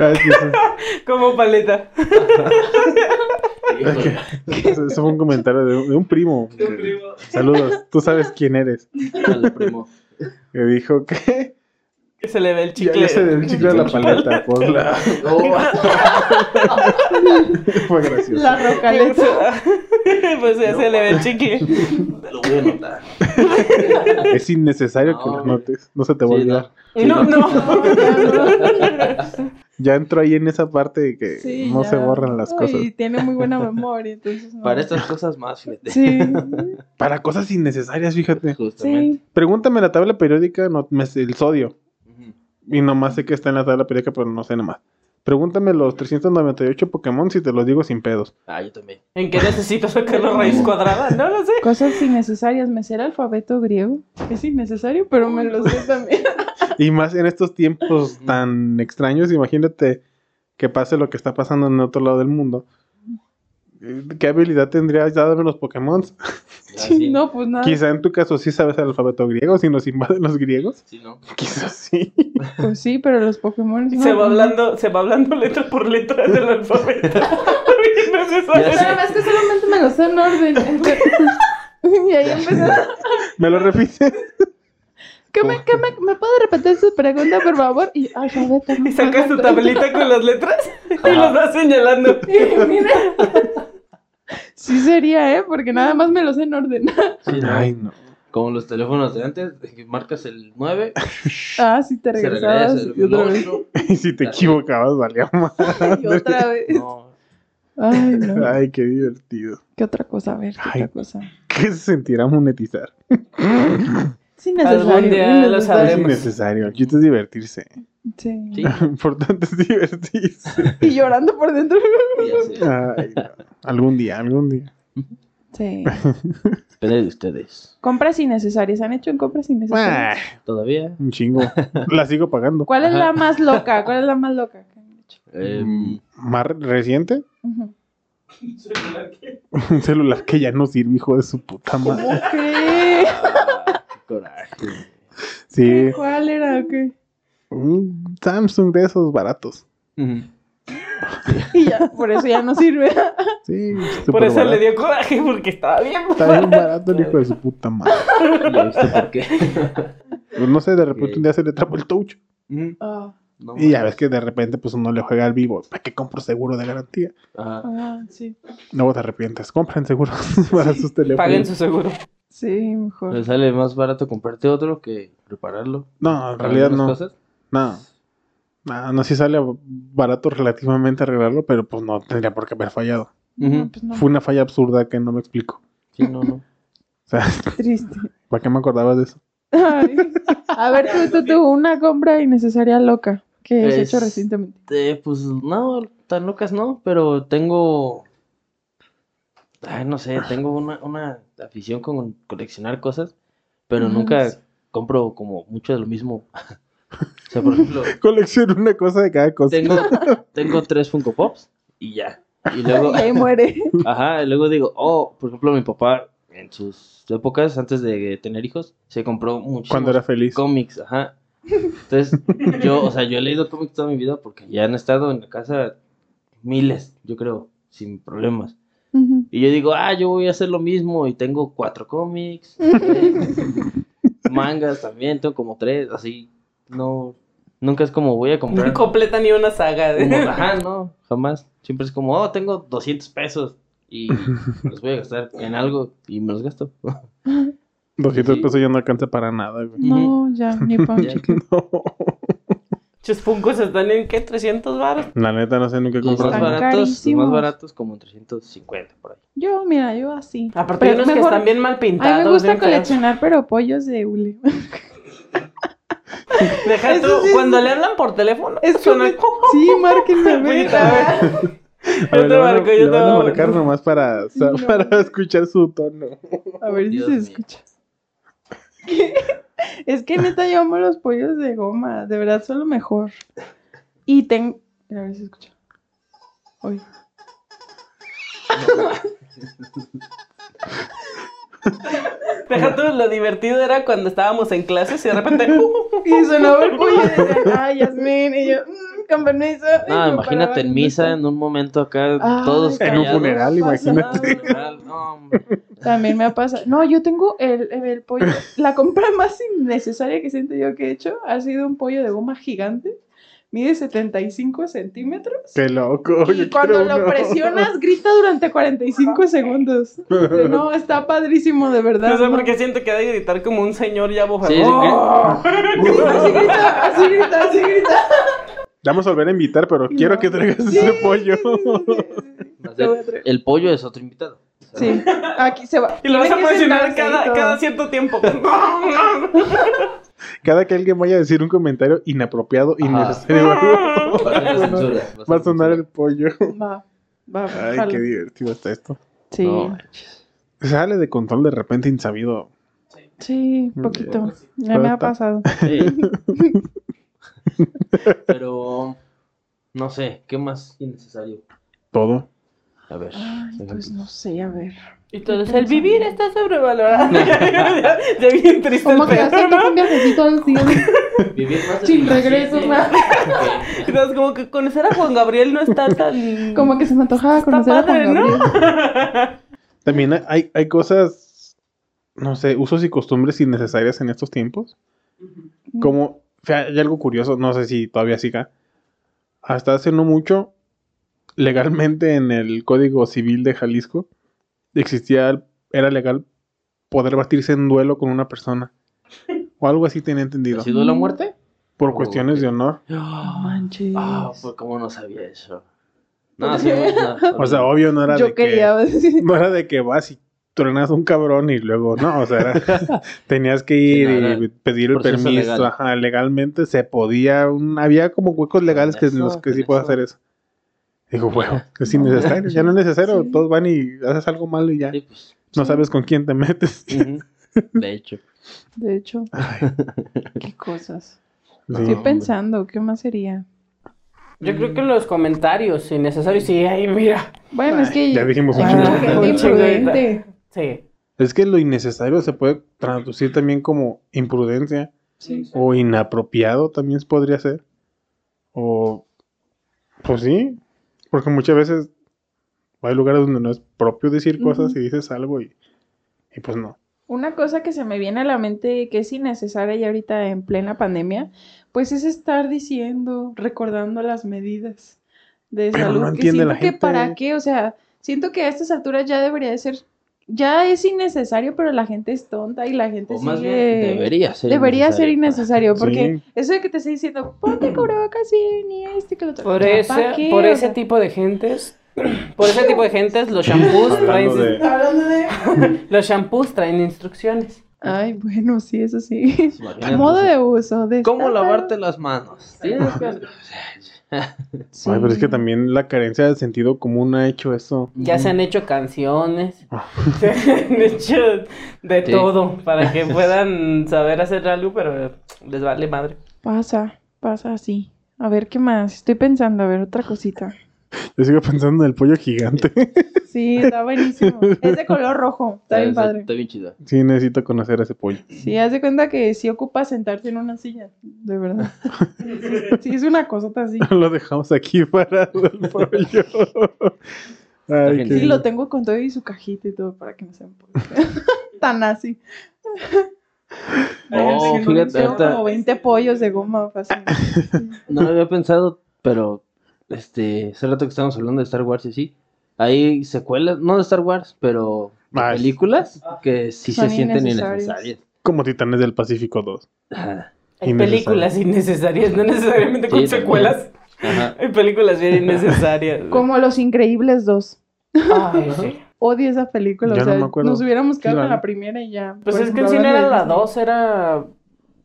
Speaker 2: Ah, es que eso-
Speaker 3: Como paleta.
Speaker 2: Eso eso fue un comentario de un, de un primo. que- Saludos, tú sabes quién eres.
Speaker 4: Dale, primo.
Speaker 2: Que dijo que
Speaker 3: Que se le ve el
Speaker 2: ya,
Speaker 3: chicle.
Speaker 2: ya se del chicle a la paleta. Pues la- fue gracioso.
Speaker 1: La rocaleta.
Speaker 3: Pues ya se le ve el chicle.
Speaker 4: Lo voy a notar.
Speaker 2: Es innecesario que
Speaker 4: No,
Speaker 2: lo notes. No se te va a
Speaker 4: Sí,
Speaker 2: olvidar.
Speaker 4: no.
Speaker 3: No, no.
Speaker 2: Ya entró ahí en esa parte de que
Speaker 1: Sí,
Speaker 2: no se
Speaker 1: ya.
Speaker 2: borran las
Speaker 1: No,
Speaker 2: cosas.
Speaker 1: Y tiene muy buena memoria, entonces. no.
Speaker 4: Para estas cosas más, fíjate.
Speaker 1: Sí.
Speaker 2: Para cosas innecesarias, fíjate.
Speaker 4: Justamente.
Speaker 1: Sí.
Speaker 2: Pregúntame la tabla periódica, no, me- el sodio.
Speaker 4: Ujú.
Speaker 2: Y nomás sé que está en la tabla periódica, pero no sé nomás. Pregúntame los 398 Pokémon si te los digo sin pedos.
Speaker 4: Ah, yo también.
Speaker 3: ¿En qué necesito sacar la raíz cuadrada? No lo sé.
Speaker 1: Cosas innecesarias. Me sé el alfabeto griego. Es innecesario, pero me lo sé también.
Speaker 2: Y más en estos tiempos tan extraños, imagínate que pase lo que está pasando en otro lado del mundo. Eh, ¿Qué habilidad tendrías ya darme los Pokémon?
Speaker 4: Ya, Ah, sí.
Speaker 1: No, pues nada.
Speaker 2: Quizá en tu caso sí sabes el alfabeto griego, si nos invaden los griegos.
Speaker 4: Sí, ¿no?
Speaker 2: Quizá sí.
Speaker 1: Pues sí, pero los Pokémon.
Speaker 3: Y
Speaker 1: no.
Speaker 3: se va hablando, se va hablando letra por letra del alfabeto. No se sabe.
Speaker 4: Ya sé.
Speaker 1: Pero es que solamente me lo sé en orden. entonces- y ahí empezó.
Speaker 2: ¿Me lo repites?
Speaker 1: ¿Qué me, qué me, ¿Me puede repetir su pregunta, por favor? Y alfabeto.
Speaker 3: Y sacas tu tablita con las letras y los vas señalando.
Speaker 1: Mira. Sí sería, ¿eh? Porque nada más me lo sé en orden.
Speaker 4: Sí, ¿no?
Speaker 2: Ay, no.
Speaker 4: Como los teléfonos de antes, de que marcas el 9,
Speaker 1: Ah, sí, te
Speaker 4: se
Speaker 1: regresabas.
Speaker 4: regresa
Speaker 1: y
Speaker 4: el
Speaker 1: otra vez.
Speaker 4: 8.
Speaker 2: Y si te equivocabas, valía más.
Speaker 1: Y otra vez.
Speaker 4: No.
Speaker 1: Ay, no.
Speaker 2: Ay, qué divertido.
Speaker 1: ¿Qué otra cosa? A ver, ¿qué
Speaker 2: Ay.
Speaker 1: otra cosa?
Speaker 2: ¿Qué se sentirá monetizar?
Speaker 1: Es innecesario.
Speaker 3: Algún día lo
Speaker 1: innecesario.
Speaker 2: Es
Speaker 3: sabremos.
Speaker 2: innecesario. El chiste es divertirse.
Speaker 1: Sí.
Speaker 4: Sí,
Speaker 2: Lo importante es divertirse.
Speaker 1: Y llorando por dentro.
Speaker 4: ya sé.
Speaker 2: Ay, no. Algún día, algún día.
Speaker 1: Sí.
Speaker 4: Espera de ustedes.
Speaker 1: Compras innecesarias. ¿Han hecho en compras innecesarias?
Speaker 2: Ah,
Speaker 4: ¿Todavía?
Speaker 2: un chingo. La sigo pagando.
Speaker 1: ¿Cuál es
Speaker 4: Ah. Ajá.
Speaker 1: la más loca? ¿Cuál es la más loca que han hecho?
Speaker 4: Em,
Speaker 2: Mm, ¿Más reciente?
Speaker 1: Ujú.
Speaker 2: Un celular que ya no sirve, hijo de su puta madre.
Speaker 1: ¿Cómo crees?
Speaker 4: ah, qué coraje.
Speaker 2: Sí,
Speaker 1: ¿Cuál era? o qué?
Speaker 2: un Samsung de esos baratos.
Speaker 1: Y ya, por eso ya no sirve.
Speaker 2: Sí,
Speaker 3: Por eso le
Speaker 2: superbarato.
Speaker 3: dio coraje porque estaba bien.
Speaker 2: Está bien barato el hijo de su puta madre.
Speaker 4: ¿Ya viste por qué?
Speaker 2: Pues no sé, de repente un día se le trapó el touch.
Speaker 1: Ah,
Speaker 4: No,
Speaker 2: Y ya ves que de repente pues uno le juega al vivo. ¿Para qué compro seguro de garantía?
Speaker 4: Ajá.
Speaker 1: ah, sí.
Speaker 2: Luego te arrepientes. Compren seguros para sus teléfonos.
Speaker 3: Paguen su seguro.
Speaker 1: Sí, mejor.
Speaker 4: ¿Le sale más barato comprarte otro que repararlo?
Speaker 2: No, en
Speaker 4: ¿Para
Speaker 2: realidad no.
Speaker 4: algunas cosas?
Speaker 2: No. Ah, No, no, sí sale barato relativamente arreglarlo, pero pues no tendría por qué haber fallado.
Speaker 1: No, pues no,
Speaker 2: Fue una falla absurda que no me explico.
Speaker 4: Sí, no, no.
Speaker 2: O sea,
Speaker 1: triste.
Speaker 2: ¿para qué me acordabas de eso?
Speaker 1: Ay. A ver, tú, tú, tú, una compra innecesaria loca que has
Speaker 4: Es-
Speaker 1: hecho recientemente.
Speaker 4: Eh, pues no, tan locas no, pero tengo. Ay, no sé, tengo una, una afición con coleccionar cosas, pero
Speaker 1: Ajá.
Speaker 4: nunca compro como mucho de lo mismo. o sea, por ejemplo,
Speaker 2: Colecciono una cosa de cada cosa.
Speaker 4: tengo, tengo tres Funko Pops y ya. Y luego.
Speaker 1: Y ahí muere.
Speaker 4: Ajá, y luego digo, oh, por ejemplo, mi papá, eh, en sus épocas, antes de tener hijos, se compró muchos
Speaker 2: Cuando era feliz.
Speaker 4: cómics, ajá. Entonces, yo, o sea, yo he leído cómics toda mi vida porque ya han estado en la casa miles, yo creo, sin problemas.
Speaker 1: Ujú.
Speaker 4: Y yo digo, ah, yo voy a hacer lo mismo y tengo cuatro cómics, tres, mangas también, tengo como tres, así, no, nunca es como voy a comprar.
Speaker 3: No completa ni una saga. de-
Speaker 4: como, ajá, no, jamás. Siempre es como, oh, tengo 200 pesos y los voy a gastar en algo y me los gasto.
Speaker 2: 200
Speaker 4: Sí.
Speaker 2: pesos ya no alcanza para nada, güey.
Speaker 1: No, ya, ni pa' un
Speaker 4: Ya.
Speaker 1: chicle.
Speaker 2: No.
Speaker 3: Chus Funkos están en qué, 300 baros.
Speaker 2: La neta, no sé nunca
Speaker 4: Los
Speaker 2: compré.
Speaker 4: más
Speaker 1: Están
Speaker 4: baratos, los más
Speaker 1: carísimos.
Speaker 4: baratos como en 350 por ahí.
Speaker 1: Yo, mira, yo así.
Speaker 3: Aparte
Speaker 1: Pero
Speaker 3: hay unos que
Speaker 1: mejor-
Speaker 3: están bien mal pintados.
Speaker 1: A mí me gusta
Speaker 3: bien feos.
Speaker 1: coleccionar, pero pollos de hule.
Speaker 3: Deja
Speaker 1: Eso
Speaker 3: tú,
Speaker 1: sí es-
Speaker 3: cuando le hablan por teléfono,
Speaker 1: Es
Speaker 3: suena...
Speaker 1: como- Sí, márquenme, a ver.
Speaker 3: Ahorita, a ver.
Speaker 2: A ver,
Speaker 3: Yo te
Speaker 2: le van a-
Speaker 3: marco, yo
Speaker 2: le
Speaker 3: te
Speaker 2: van a
Speaker 3: marco.
Speaker 2: marcar nomás para, sa-
Speaker 1: No.
Speaker 2: para escuchar su tono.
Speaker 1: A ver si
Speaker 4: Dios
Speaker 1: se
Speaker 4: mío.
Speaker 1: escucha. es que neta yo amo los pollos de goma. De verdad son lo mejor. Y tengo. A ver si se escucha. Uy.
Speaker 3: Deja tú, lo divertido era cuando estábamos en clases y de repente... uh,
Speaker 1: Y sonaba el pollo y decían, ay, Yasmin. Y yo, mm, con permiso. Y yo
Speaker 4: No,
Speaker 1: paraba
Speaker 4: Ah, imagínate en
Speaker 1: el
Speaker 4: misa,
Speaker 1: gusto.
Speaker 4: en un momento acá,
Speaker 1: Ay,
Speaker 4: todos
Speaker 2: En un
Speaker 4: callados.
Speaker 2: funeral,
Speaker 1: no pasa
Speaker 2: imagínate.
Speaker 1: nada.
Speaker 4: Funeral, no, hombre.
Speaker 1: También me ha pasado. No, yo tengo el, el- el pollo. La compra más innecesaria que siento yo que he hecho ha sido un pollo de goma gigante. Mide 75 centímetros.
Speaker 2: Qué loco.
Speaker 1: Y
Speaker 2: yo
Speaker 1: cuando
Speaker 2: quiero
Speaker 1: lo
Speaker 2: uno.
Speaker 1: presionas, grita durante 45 segundos. No, está padrísimo, de verdad.
Speaker 3: No sé
Speaker 1: ¿no?
Speaker 3: por qué siento que ha de gritar como un señor ya bofado.
Speaker 4: Sí, sí,
Speaker 1: Así grita, así grita, así grita.
Speaker 2: Ya Vamos a volver a invitar, pero quiero
Speaker 1: No.
Speaker 2: que traigas
Speaker 1: Sí,
Speaker 2: ese pollo.
Speaker 1: sí, sí, sí.
Speaker 4: Va a
Speaker 1: Lo voy
Speaker 4: ser-
Speaker 1: a traer.
Speaker 4: El pollo es otro invitado. O sea,
Speaker 1: Sí, aquí se va.
Speaker 3: Y lo vas a
Speaker 1: Tiene que
Speaker 3: mencionar
Speaker 1: sentarse y
Speaker 3: cada,
Speaker 1: todo.
Speaker 3: cada cierto tiempo.
Speaker 2: Cada que alguien vaya a decir un comentario inapropiado,
Speaker 4: Ajá.
Speaker 2: innecesario,
Speaker 1: Ah.
Speaker 4: va a ser la censura, va a
Speaker 2: va
Speaker 4: ser la
Speaker 2: a sonar
Speaker 4: censura.
Speaker 2: el pollo.
Speaker 1: Va, va,
Speaker 2: Ay,
Speaker 1: jalo.
Speaker 2: qué divertido está esto.
Speaker 1: Sí,
Speaker 4: No, manches.
Speaker 2: Sale de control de repente insabido.
Speaker 1: sí,
Speaker 2: Mm.
Speaker 1: poquito. Ya
Speaker 2: Pero
Speaker 1: me ha
Speaker 2: está-
Speaker 1: pasado.
Speaker 4: Sí. Pero no sé, ¿qué más innecesario?
Speaker 2: Todo.
Speaker 4: A ver.
Speaker 1: Ay, pues no sé, a ver.
Speaker 3: Y todos, el vivir está sobrevalorado. ya, ya bien triste el
Speaker 1: ¿Cómo que
Speaker 3: pedo,
Speaker 1: haces
Speaker 3: ¿no?
Speaker 1: un viajecito al siguiente?
Speaker 4: Vivir más de
Speaker 1: Sin
Speaker 4: cincuenta y siete.
Speaker 1: regresos, nada.
Speaker 3: Y todos como que conocer a Juan Gabriel no está tan...
Speaker 1: Como que se me antojaba
Speaker 3: Está
Speaker 1: conocer a
Speaker 3: padre,
Speaker 1: Juan
Speaker 3: ¿no?
Speaker 1: Gabriel.
Speaker 2: También hay, hay cosas, no sé, usos y costumbres innecesarias en estos tiempos. Como, fe- hay algo curioso, no sé si todavía siga. Hasta hace no mucho, legalmente en el Código Civil de Jalisco, existía, era legal poder batirse en duelo con una persona. O algo así tenía entendido.
Speaker 4: ¿Así duele la muerte?
Speaker 2: Por
Speaker 4: Oh,
Speaker 2: cuestiones
Speaker 4: ok.
Speaker 2: de honor.
Speaker 1: No manches.
Speaker 4: Ah, pues cómo no sabía eso. No, sí, no,
Speaker 2: O sea, obvio no era
Speaker 1: Yo
Speaker 2: de
Speaker 1: quería
Speaker 2: que... No era de que vas y truenas un cabrón y luego... No, o sea, era- tenías que ir
Speaker 4: Sí, no, era
Speaker 2: y pedir el
Speaker 4: proceso
Speaker 2: permiso.
Speaker 4: legal.
Speaker 2: Ajá, legalmente se podía... un- había como huecos legales que, en los
Speaker 4: Eso,
Speaker 2: que sí
Speaker 4: con
Speaker 2: puedes
Speaker 4: eso.
Speaker 2: hacer eso. Digo, bueno, es
Speaker 1: No
Speaker 2: innecesario.
Speaker 1: manches.
Speaker 2: Ya no es necesario.
Speaker 1: Sí.
Speaker 2: Todos van y haces algo malo y ya.
Speaker 4: Sí, pues,
Speaker 2: No
Speaker 1: sí.
Speaker 2: sabes con quién te metes.
Speaker 4: ujú, De hecho.
Speaker 1: De hecho, qué cosas.
Speaker 2: Sí.
Speaker 1: Estoy
Speaker 4: hombre.
Speaker 1: pensando, ¿qué más sería?
Speaker 3: Yo creo que en los comentarios innecesarios, sí, ahí mira.
Speaker 1: Bueno, es que
Speaker 2: Ya dijimos un
Speaker 1: hay
Speaker 3: Ah,
Speaker 2: chingo.
Speaker 1: mucha
Speaker 3: un
Speaker 1: gente
Speaker 3: chingo de-
Speaker 1: imprudente.
Speaker 3: Sí.
Speaker 2: Es que lo innecesario se puede traducir también como imprudencia.
Speaker 1: Sí.
Speaker 2: O inapropiado también podría ser. O. Pues sí. Porque muchas veces hay lugares donde no es propio decir cosas
Speaker 1: Ujú.
Speaker 2: y dices algo y. Y pues no.
Speaker 1: Una cosa que se me viene a la mente que es innecesaria y ahorita en plena pandemia, pues es estar diciendo, recordando las medidas de
Speaker 2: Pero
Speaker 1: salud
Speaker 2: no
Speaker 1: que
Speaker 2: entiende
Speaker 1: siento
Speaker 2: la
Speaker 1: que
Speaker 2: gente.
Speaker 1: para qué, o sea, siento que a estas alturas ya debería de ser, ya es innecesario, pero la gente es tonta y la gente
Speaker 4: O más bien,
Speaker 1: sigue-
Speaker 4: debería ser
Speaker 1: Debería ser innecesario,
Speaker 2: Sí.
Speaker 1: porque eso de que te estoy diciendo, ponte cubrebocas bien y este que lo otro.
Speaker 3: Por,
Speaker 1: ¿Para
Speaker 3: ese,
Speaker 1: qué?
Speaker 3: por
Speaker 1: O
Speaker 3: ese
Speaker 1: sea,
Speaker 3: tipo de gentes, por ese tipo de gentes, los shampoos traen,
Speaker 2: Hablando de.
Speaker 3: los shampoos traen instrucciones.
Speaker 1: Ay, bueno, sí, eso sí.
Speaker 4: Pues, imagínate,
Speaker 1: Modo
Speaker 4: o sea,
Speaker 1: de uso. De
Speaker 4: ¿Cómo lavarte las manos? Tienes que-
Speaker 2: Ay, pero es que también la carencia del sentido común ha hecho eso.
Speaker 3: Ya se han hecho canciones, se han hecho de
Speaker 4: Sí.
Speaker 3: todo para que puedan saber hacer algo, pero les vale madre.
Speaker 1: Pasa, pasa así. A ver, ¿qué más? Estoy pensando, a ver, otra cosita.
Speaker 2: Yo sigo pensando en el pollo gigante.
Speaker 1: Sí, está buenísimo. Es de color rojo, está bien padre.
Speaker 4: Está bien chida.
Speaker 2: Sí, necesito conocer a ese pollo.
Speaker 1: Sí, haz de cuenta que sí ocupa sentarse en una silla, de verdad. Sí, es una cosota así.
Speaker 2: Lo dejamos aquí parado el pollo. Ay,
Speaker 4: genial.
Speaker 2: qué
Speaker 1: Sí,
Speaker 2: bien.
Speaker 1: lo tengo con todo y su cajita y todo para que no se empolve. Tan así.
Speaker 4: Oh,
Speaker 1: Sí,
Speaker 4: fíjate,
Speaker 1: tengo
Speaker 4: ahorita-
Speaker 1: como 20 pollos de goma fácil.
Speaker 4: No lo había pensado, pero este, hace rato que estábamos hablando de Star Wars y así, hay secuelas, no de Star Wars, pero de
Speaker 2: Ah, es-
Speaker 4: películas que sí
Speaker 1: Son
Speaker 4: se sienten
Speaker 1: innecesarias.
Speaker 4: innecesarias.
Speaker 2: Como Titanes del Pacífico 2.
Speaker 4: Ajá.
Speaker 3: Hay
Speaker 2: Innecesario.
Speaker 3: películas innecesarias, no necesariamente con
Speaker 4: Sí,
Speaker 3: secuelas.
Speaker 4: Ajá.
Speaker 3: Hay películas bien innecesarias.
Speaker 1: Como Los Increíbles 2.
Speaker 3: Ay, sí.
Speaker 1: Odio esa película.
Speaker 2: Ya
Speaker 1: o
Speaker 2: no
Speaker 1: sea,
Speaker 2: me acuerdo.
Speaker 1: nos hubiéramos quedado
Speaker 2: Sí,
Speaker 1: con
Speaker 2: ¿verdad?
Speaker 1: la primera y ya.
Speaker 3: Pues
Speaker 1: Por
Speaker 3: es que el
Speaker 1: ejemplo,
Speaker 3: cine era
Speaker 1: hablando de Disney.
Speaker 3: la 2, era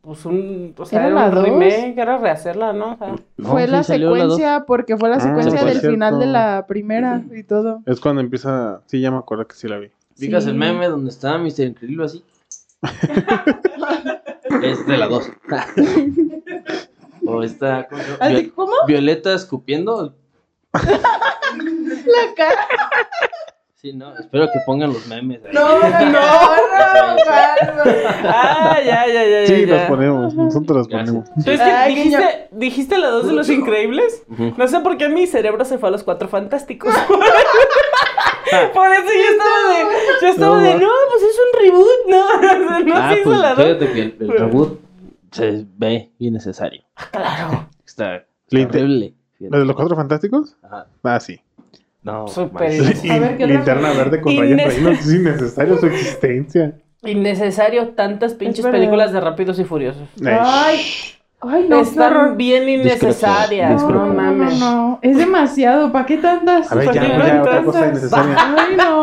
Speaker 3: pues un, o sea,
Speaker 1: ¿Era
Speaker 3: era,
Speaker 1: la
Speaker 3: un
Speaker 1: dos?
Speaker 3: remake, era rehacerla, ¿no? O sea,
Speaker 4: No,
Speaker 1: Fue
Speaker 4: sí
Speaker 1: la
Speaker 4: salió la dos.
Speaker 1: secuencia, porque fue la
Speaker 2: Ah,
Speaker 1: secuencia
Speaker 4: sí,
Speaker 1: del
Speaker 2: cierto.
Speaker 1: final de la primera y todo.
Speaker 2: Es cuando empieza. Sí, ya me acuerdo que sí la vi.
Speaker 4: Fijas el
Speaker 1: Sí.
Speaker 4: meme donde está Mr. Increíble así. es de la 2. o está ¿cómo se llama?
Speaker 1: Así,
Speaker 4: Vi-
Speaker 1: ¿Cómo?
Speaker 4: Violeta escupiendo.
Speaker 1: La cara.
Speaker 4: Sí, no, espero que pongan los memes. ahí.
Speaker 1: No, no, no, no.
Speaker 3: Ah, ya, ya, ya,
Speaker 2: Sí,
Speaker 3: ya.
Speaker 2: los ponemos. Nosotros los
Speaker 4: Gracias.
Speaker 2: ponemos.
Speaker 4: Sí.
Speaker 3: Entonces, ¿qué-
Speaker 1: Ay,
Speaker 3: dijiste, ¿dijiste la 2 de Los Increíbles?
Speaker 4: Ujú.
Speaker 3: No sé por qué mi cerebro se fue a los cuatro fantásticos. Por eso yo estaba de, yo estaba
Speaker 4: No,
Speaker 3: de,
Speaker 4: no.
Speaker 3: no, pues es un reboot, no, o sea, no
Speaker 4: ah,
Speaker 3: se hizo
Speaker 4: pues
Speaker 3: la 2.
Speaker 4: fíjate que el, el reboot se ve innecesario.
Speaker 3: Claro,
Speaker 4: Está
Speaker 2: Le
Speaker 4: está
Speaker 2: inter-
Speaker 4: horrible.
Speaker 2: ¿La de los cuatro fantásticos?
Speaker 4: Ajá.
Speaker 2: Ah, sí.
Speaker 4: No,
Speaker 3: Súper.
Speaker 4: manches.
Speaker 2: Y-
Speaker 1: A ver, ¿qué otra
Speaker 2: Linterna
Speaker 1: cosa?
Speaker 2: verde con Ryan
Speaker 3: Innes-
Speaker 2: Reynolds. Es innecesario su existencia.
Speaker 3: innecesario tantas pinches
Speaker 1: verdad.
Speaker 3: películas de Rápidos y Furiosos.
Speaker 1: Ay, ay, no, qué horror.
Speaker 3: Están bien innecesarias, no
Speaker 4: Discrepo, discrepo.
Speaker 3: mames.
Speaker 1: No, no, es demasiado. ¿Para qué tantas?
Speaker 2: A ver,
Speaker 1: ¿Para
Speaker 2: ya,
Speaker 1: qué
Speaker 2: ya, otra cosa
Speaker 1: tantas?
Speaker 2: innecesaria.
Speaker 1: Ay, no.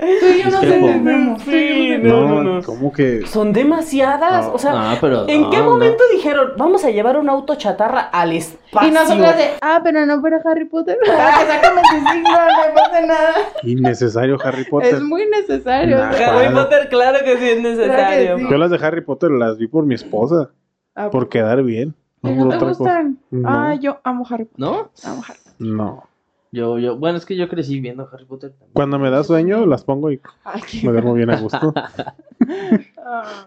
Speaker 1: Tú y yo nos
Speaker 4: Discrepo.
Speaker 1: entendemos. tú y yo nos
Speaker 3: Sí,
Speaker 1: entendemos.
Speaker 3: no, no,
Speaker 2: No,
Speaker 3: no.
Speaker 2: ¿cómo que?
Speaker 3: Son demasiadas,
Speaker 2: No,
Speaker 3: o sea,
Speaker 4: No, pero
Speaker 3: ¿en
Speaker 4: no,
Speaker 3: qué
Speaker 4: no.
Speaker 3: momento dijeron, vamos a llevar un auto chatarra al espacio?
Speaker 1: Y nosotras de, ah, pero no para Harry Potter. Para que saque 25, no le pasa nada.
Speaker 2: Innecesario Harry Potter.
Speaker 1: Es muy necesario.
Speaker 2: Nah.
Speaker 1: o sea,
Speaker 3: Harry Potter, claro que sí es necesario.
Speaker 1: Claro que sí.
Speaker 2: Yo las de Harry Potter las vi por mi esposa.
Speaker 1: ah,
Speaker 2: Por quedar bien. No
Speaker 1: ¿y
Speaker 2: por
Speaker 1: ¿No te
Speaker 2: otra cosa.
Speaker 1: gustan?
Speaker 2: No.
Speaker 1: Ah, yo amo Harry Potter.
Speaker 4: ¿No?
Speaker 1: Amo Harry Potter.
Speaker 2: No.
Speaker 4: Yo, yo, bueno, es que yo crecí viendo Harry Potter también.
Speaker 2: Cuando me da sueño, las pongo y
Speaker 1: Ay, qué-
Speaker 2: me duermo bien a gusto.
Speaker 1: ah.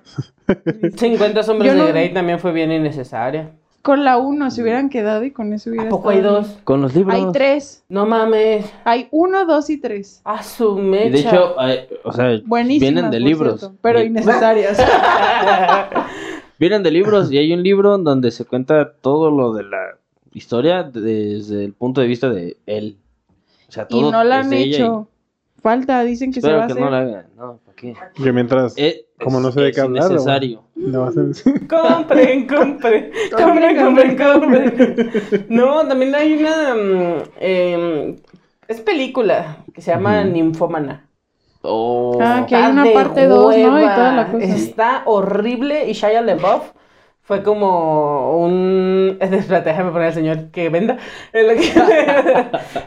Speaker 3: 50 sombras
Speaker 1: Yo no-
Speaker 3: de Grey también fue bien innecesaria.
Speaker 1: Con la 1 se hubieran quedado y con eso hubiera
Speaker 3: ¿A poco hay
Speaker 1: estado
Speaker 3: dos?
Speaker 1: bien.
Speaker 4: Con los libros.
Speaker 1: Hay tres.
Speaker 3: No mames,
Speaker 1: Hay uno, dos y tres.
Speaker 3: a su
Speaker 4: Y
Speaker 3: mecha.
Speaker 4: de hecho, hay- o sea,
Speaker 1: Buenísimas,
Speaker 4: Vienen de
Speaker 1: por
Speaker 4: libros.
Speaker 1: cierto, pero
Speaker 4: Y-
Speaker 1: innecesarias.
Speaker 4: vienen de libros y hay un libro en donde se cuenta todo lo de la historia desde el punto de vista de él. O sea,
Speaker 1: y
Speaker 4: todo
Speaker 1: no la
Speaker 4: es
Speaker 1: han
Speaker 4: de ella
Speaker 1: hecho. Falta, dicen
Speaker 4: y
Speaker 1: que se
Speaker 4: Espero
Speaker 1: va a
Speaker 4: que
Speaker 1: hacer.
Speaker 4: no la hagan. No, ¿para qué?
Speaker 2: Yo mientras.
Speaker 4: Eh,
Speaker 2: Como
Speaker 4: es-
Speaker 2: no sé de qué
Speaker 4: es
Speaker 2: hablar,
Speaker 4: innecesario.
Speaker 2: no vas a decir-
Speaker 3: compren, compren, compren, compren, compren. No, también hay una... mm, em, es película que se llama
Speaker 4: Ujú.
Speaker 3: Ninfómana.
Speaker 4: Oh,
Speaker 1: Ah, que
Speaker 3: Está
Speaker 1: hay una
Speaker 3: de
Speaker 1: parte dos, ¿no? Y
Speaker 3: hueva.
Speaker 1: toda la cosa.
Speaker 3: Está horrible y Shia LaBeouf fue como un... Espérate, déjame poner al señor que venda. El,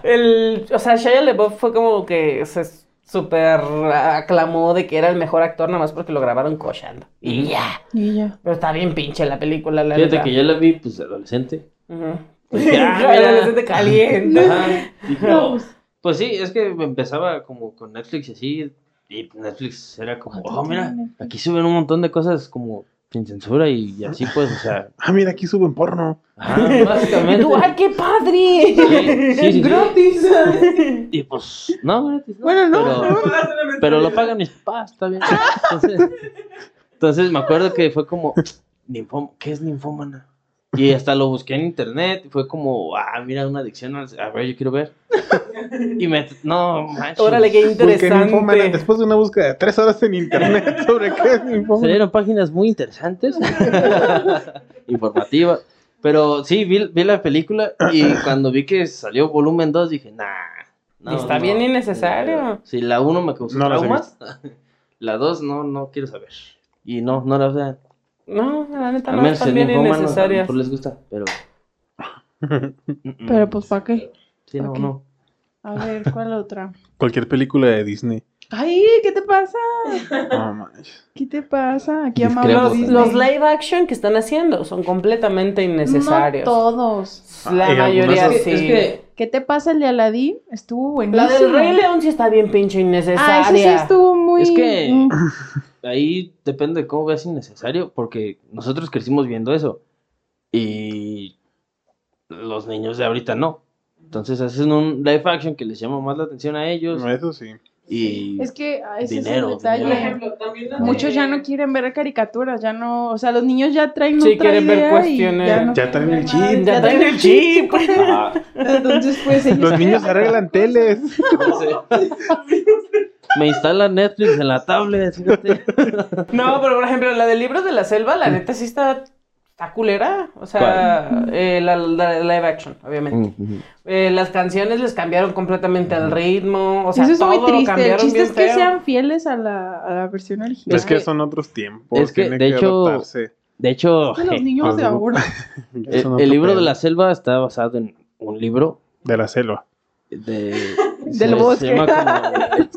Speaker 3: el- o sea, Shia LaBeouf fue como que se super aclamó de que era el mejor actor nada más porque lo grabaron cochando. Y ya.
Speaker 1: Y ya.
Speaker 3: Pero está bien pinche la película, la
Speaker 4: Fíjate
Speaker 3: neta.
Speaker 4: que yo la vi, pues, adolescente.
Speaker 3: Ujú.
Speaker 4: Dije, ah,
Speaker 3: El
Speaker 4: mira.
Speaker 3: adolescente caliente.
Speaker 4: Ajá. Dije,
Speaker 1: No,
Speaker 4: oh.
Speaker 1: pues,
Speaker 4: Pues sí, es que empezaba como con Netflix y así. Y Netflix era como,
Speaker 1: ¿Cuánto
Speaker 4: oh, mira,
Speaker 1: tiene Netflix?
Speaker 4: aquí suben un montón de cosas como sin censura y así, pues, o sea.
Speaker 2: Ah, mira, aquí suben porno.
Speaker 4: Ajá,
Speaker 3: Y tú, ¡ay,
Speaker 4: básicamente.
Speaker 3: qué
Speaker 4: Sí,
Speaker 3: padre!
Speaker 4: sí, sí.
Speaker 3: Gratis.
Speaker 4: Y pues, no, gratis. no,
Speaker 1: Bueno, no,
Speaker 4: Pero, pero lo pagan mis papás, está bien. Entonces, entonces me acuerdo que fue como, "Ninfom- ¿qué es ninfómana? Y hasta lo busqué en internet y fue como, ah, mira, una adicción. al- A ver, yo quiero ver. Y me. No, manches.
Speaker 3: Órale, qué
Speaker 2: Porque ninfómana,
Speaker 3: interesante.
Speaker 2: después de una búsqueda de tres horas en internet sobre qué es ninfómana.
Speaker 4: Salieron páginas muy interesantes, informativas. Pero sí, vi, vi la película y cuando vi que salió volumen 2 dije, nah.
Speaker 3: Y está bien innecesario.
Speaker 4: Si la 1 me causó
Speaker 2: No las he
Speaker 4: traumas, la 2 no, no quiero saber. Y no, no la vean.
Speaker 3: No, la neta
Speaker 4: A
Speaker 3: no,
Speaker 4: menos
Speaker 3: están
Speaker 4: en
Speaker 3: bien
Speaker 4: Ninfómanos, a lo
Speaker 3: innecesarias.
Speaker 4: mejor les gusta, pero... Mm, mm.
Speaker 1: Pero pues, ¿para qué?
Speaker 4: Sí, no,
Speaker 1: ok.
Speaker 4: no.
Speaker 1: A ver, ¿cuál otra?
Speaker 2: Cualquier película de Disney.
Speaker 1: Ay, ¿qué te pasa?
Speaker 2: No manches.
Speaker 1: ¿Qué te pasa? Aquí
Speaker 4: Discrepo.
Speaker 1: amamos.
Speaker 3: Los,
Speaker 4: Creo-
Speaker 3: los live action que están haciendo son completamente
Speaker 1: No
Speaker 3: innecesarios.
Speaker 1: todos.
Speaker 3: La
Speaker 2: Hay
Speaker 3: mayoría
Speaker 2: algunos-
Speaker 3: sí.
Speaker 4: Es que
Speaker 1: ¿Qué te pasa el de Aladdin? Estuvo
Speaker 3: La
Speaker 1: buenísimo.
Speaker 3: del Rey León sí está bien pinche
Speaker 1: Ah,
Speaker 3: innecesaria.
Speaker 1: ese sí estuvo muy...
Speaker 4: Es que-
Speaker 1: Mm.
Speaker 4: ahí depende de cómo veas innecesario, porque nosotros crecimos viendo eso. Y los niños de ahorita no. Entonces hacen un live action que les llama más la atención a ellos.
Speaker 2: No, eso sí.
Speaker 4: Y
Speaker 1: Es que ah, ese
Speaker 4: Dinero,
Speaker 1: es el
Speaker 4: dinero.
Speaker 1: detalle.
Speaker 3: también la de-
Speaker 1: Muchos ya no quieren ver caricaturas, ya no, o sea, los niños ya traen
Speaker 3: Sí,
Speaker 1: otra
Speaker 3: quieren ver
Speaker 1: idea y
Speaker 3: cuestiones.
Speaker 1: ya, no
Speaker 2: Ya traen
Speaker 1: quieren
Speaker 2: el
Speaker 1: nada,
Speaker 2: chip.
Speaker 3: Ya traen el chip. pues.
Speaker 1: Entonces, pues ellos
Speaker 2: Los niños arreglan teles.
Speaker 4: me instalan Netflix en la tablet. fíjate.
Speaker 3: No, pero por ejemplo, la de Libros de la Selva, la neta sí está, está culera. O sea, eh, la, la- la live action, obviamente.
Speaker 4: Mm.
Speaker 3: Eh, las canciones les cambiaron completamente el ritmo. O sea,
Speaker 1: Eso es
Speaker 3: todo
Speaker 1: muy
Speaker 3: lo
Speaker 1: triste. El
Speaker 3: cambiaron
Speaker 1: chiste
Speaker 3: bien
Speaker 1: es que
Speaker 3: feo.
Speaker 1: sean fieles a la, a la versión original.
Speaker 2: Es que
Speaker 4: que-
Speaker 2: son otros tiempos.
Speaker 4: es que,
Speaker 2: tienen
Speaker 4: de hecho,
Speaker 2: adaptarse.
Speaker 4: De hecho,
Speaker 1: Es que los niños de
Speaker 2: algo.
Speaker 1: ahora.
Speaker 2: Ya
Speaker 4: el,
Speaker 2: son
Speaker 4: el
Speaker 2: otro
Speaker 4: libro de
Speaker 2: pedo.
Speaker 4: la selva está basado en un libro
Speaker 2: de la selva.
Speaker 4: de,
Speaker 1: Del
Speaker 4: se- se
Speaker 1: bosque.
Speaker 4: llama como el,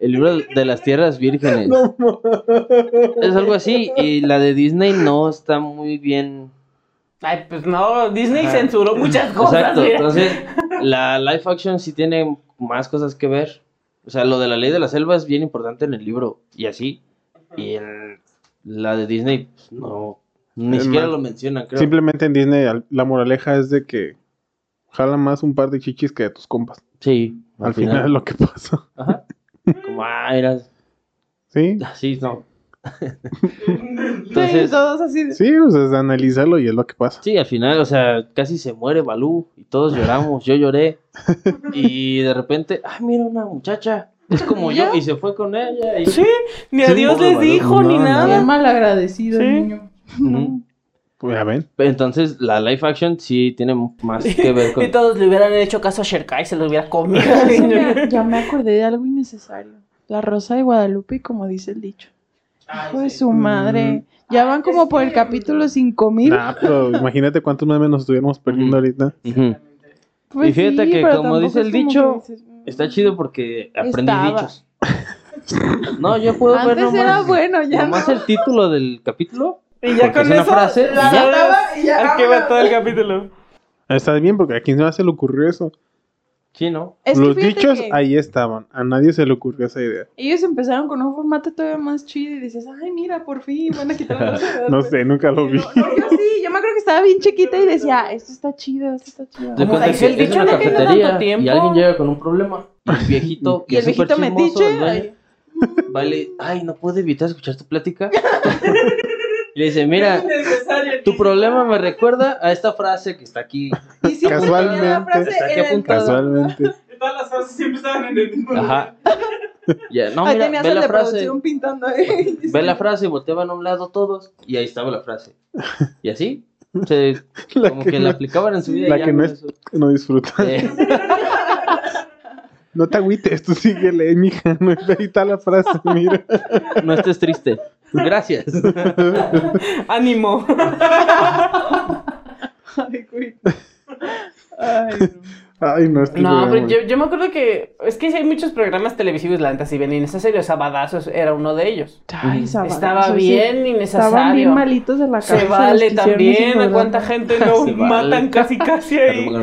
Speaker 4: el libro de las tierras vírgenes. Es algo así. Y la de Disney no está muy bien.
Speaker 3: Ay, pues no, Disney
Speaker 4: Ajá.
Speaker 3: censuró muchas cosas.
Speaker 4: Exacto.
Speaker 3: mira.
Speaker 4: Entonces, la live action sí tiene más cosas que ver. O sea, lo de la ley de la selva es bien importante en el libro y así. Y en la de Disney, pues, no. Ni
Speaker 2: Es
Speaker 4: siquiera
Speaker 2: más,
Speaker 4: lo mencionan, creo.
Speaker 2: Simplemente en Disney al- la moraleja es de que jala más un par de chichis que de tus compas.
Speaker 4: sí,
Speaker 2: Al, final. es lo que pasa.
Speaker 4: Ajá. Como, ah, era
Speaker 2: ¿Sí?
Speaker 4: así, no.
Speaker 1: Entonces,
Speaker 4: Entonces,
Speaker 1: todos así. de-
Speaker 2: Sí, o sea, es analizarlo y es lo que pasa.
Speaker 4: sí, al final, o sea, casi se muere Balú y todos lloramos. Yo lloré. Y de repente, ah, mira una muchacha. Es como yo.
Speaker 1: ¿Ya?
Speaker 4: Y se fue con ella. Y...
Speaker 3: Sí, ni a
Speaker 4: Sí,
Speaker 3: Dios
Speaker 4: pobre
Speaker 3: les
Speaker 4: Balú.
Speaker 3: dijo, ni
Speaker 2: No,
Speaker 3: nada.
Speaker 1: Bien mal agradecido
Speaker 3: Sí.
Speaker 1: el niño.
Speaker 4: Ujú.
Speaker 2: Pues ya ven.
Speaker 4: Entonces, la live action sí tiene más que ver con.
Speaker 3: Y todos le hubieran hecho caso a Sherkai, se lo hubiera comido.
Speaker 1: Eso me- ya me acordé de algo innecesario. La rosa de Guadalupe, como dice el dicho. Hijo de su madre. Ya van como por el capítulo 5000.
Speaker 2: Nah, pero imagínate cuántos memes nos estuviéramos perdiendo
Speaker 4: Ujú.
Speaker 2: ahorita.
Speaker 4: Ujú.
Speaker 1: Pues
Speaker 4: Y fíjate que
Speaker 1: pero
Speaker 4: como
Speaker 1: tampoco
Speaker 4: dice
Speaker 1: es
Speaker 4: el
Speaker 1: como
Speaker 4: dicho,
Speaker 1: que dices, mm.
Speaker 4: Está chido porque aprendí
Speaker 1: Estaba.
Speaker 4: dichos. No, yo puedo ver
Speaker 1: Antes
Speaker 4: nomás,
Speaker 1: era bueno, ya no.
Speaker 4: nomás el título del capítulo.
Speaker 3: Y ya
Speaker 4: Porque
Speaker 3: con
Speaker 4: es una
Speaker 3: eso,
Speaker 4: frase,
Speaker 3: la
Speaker 4: y ya.
Speaker 3: verdad, ya que va todo el capítulo.
Speaker 2: Está bien, porque a quién se le ocurrió eso.
Speaker 4: Sí, ¿no?
Speaker 1: Es que
Speaker 2: Los
Speaker 1: fíjate
Speaker 2: dichos
Speaker 1: que
Speaker 2: ahí estaban. A nadie se le ocurrió esa idea.
Speaker 1: ellos empezaron con un formato todavía más chido y dices, ay, mira, por fin, van a quitar la rosa de
Speaker 2: No
Speaker 1: Guadalupe".
Speaker 2: sé, nunca lo vi.
Speaker 1: No, no, yo sí, yo me acuerdo que estaba bien chiquita y decía, esto está chido, esto está chido.
Speaker 4: De cuenta
Speaker 3: Ay,
Speaker 4: que
Speaker 3: el
Speaker 4: es
Speaker 3: dicho
Speaker 4: una
Speaker 3: no tiene tanto
Speaker 4: cafetería y
Speaker 3: tiempo.
Speaker 4: alguien llega con un problema. Y el viejito, que
Speaker 1: Y el
Speaker 4: es súper
Speaker 1: viejito
Speaker 4: chismoso, el
Speaker 1: metiche,
Speaker 4: dueño,
Speaker 1: ay,
Speaker 4: va y le- ay, no pude evitar escuchar tu plática. y le dice, mira, tu problema me recuerda a esta frase que está aquí.
Speaker 1: y sí, pues,
Speaker 2: Casualmente.
Speaker 1: tenía la frase
Speaker 4: Está aquí
Speaker 1: en el-
Speaker 4: apuntado.
Speaker 2: Casualmente.
Speaker 3: Todas las frases siempre estaban en el mismo
Speaker 4: Ajá. Ya, no,
Speaker 1: Ahí
Speaker 4: mira,
Speaker 1: tenías
Speaker 4: ve
Speaker 1: el
Speaker 4: la
Speaker 1: de
Speaker 4: frase.
Speaker 1: producción pintando. eh.
Speaker 4: Ve la frase, volteaban a un lado todos y ahí estaba la frase. Y así, se,
Speaker 2: La
Speaker 4: como
Speaker 2: que,
Speaker 4: que, la
Speaker 2: no,
Speaker 4: aplicaban en su vida. y
Speaker 2: la
Speaker 4: ya
Speaker 2: que no
Speaker 4: con
Speaker 2: es-
Speaker 4: eso.
Speaker 2: no disfruta.
Speaker 4: Eh,
Speaker 2: No te agüites, tú síguele, mija. No, ahí está la frase, mira.
Speaker 4: no estés triste. Gracias.
Speaker 3: Ánimo.
Speaker 1: Ay, güey. Ay, no.
Speaker 2: Ay, no, este
Speaker 3: No,
Speaker 2: programa,
Speaker 3: pero yo, yo me acuerdo que. Es que sí hay muchos programas televisivos, la neta, si bien innecesarios. Sabadazos era uno de ellos.
Speaker 1: Ay, sabadazo,
Speaker 3: Estaba
Speaker 1: sí.
Speaker 3: bien innecesario.
Speaker 1: Estaban bien malitos de la cabeza.
Speaker 3: Se
Speaker 1: los
Speaker 3: vale
Speaker 1: que
Speaker 3: también.
Speaker 1: hicieron
Speaker 3: ¿A
Speaker 1: ese
Speaker 3: cuánta
Speaker 1: programa.
Speaker 3: gente no
Speaker 4: Se vale.
Speaker 3: matan casi, casi ahí? La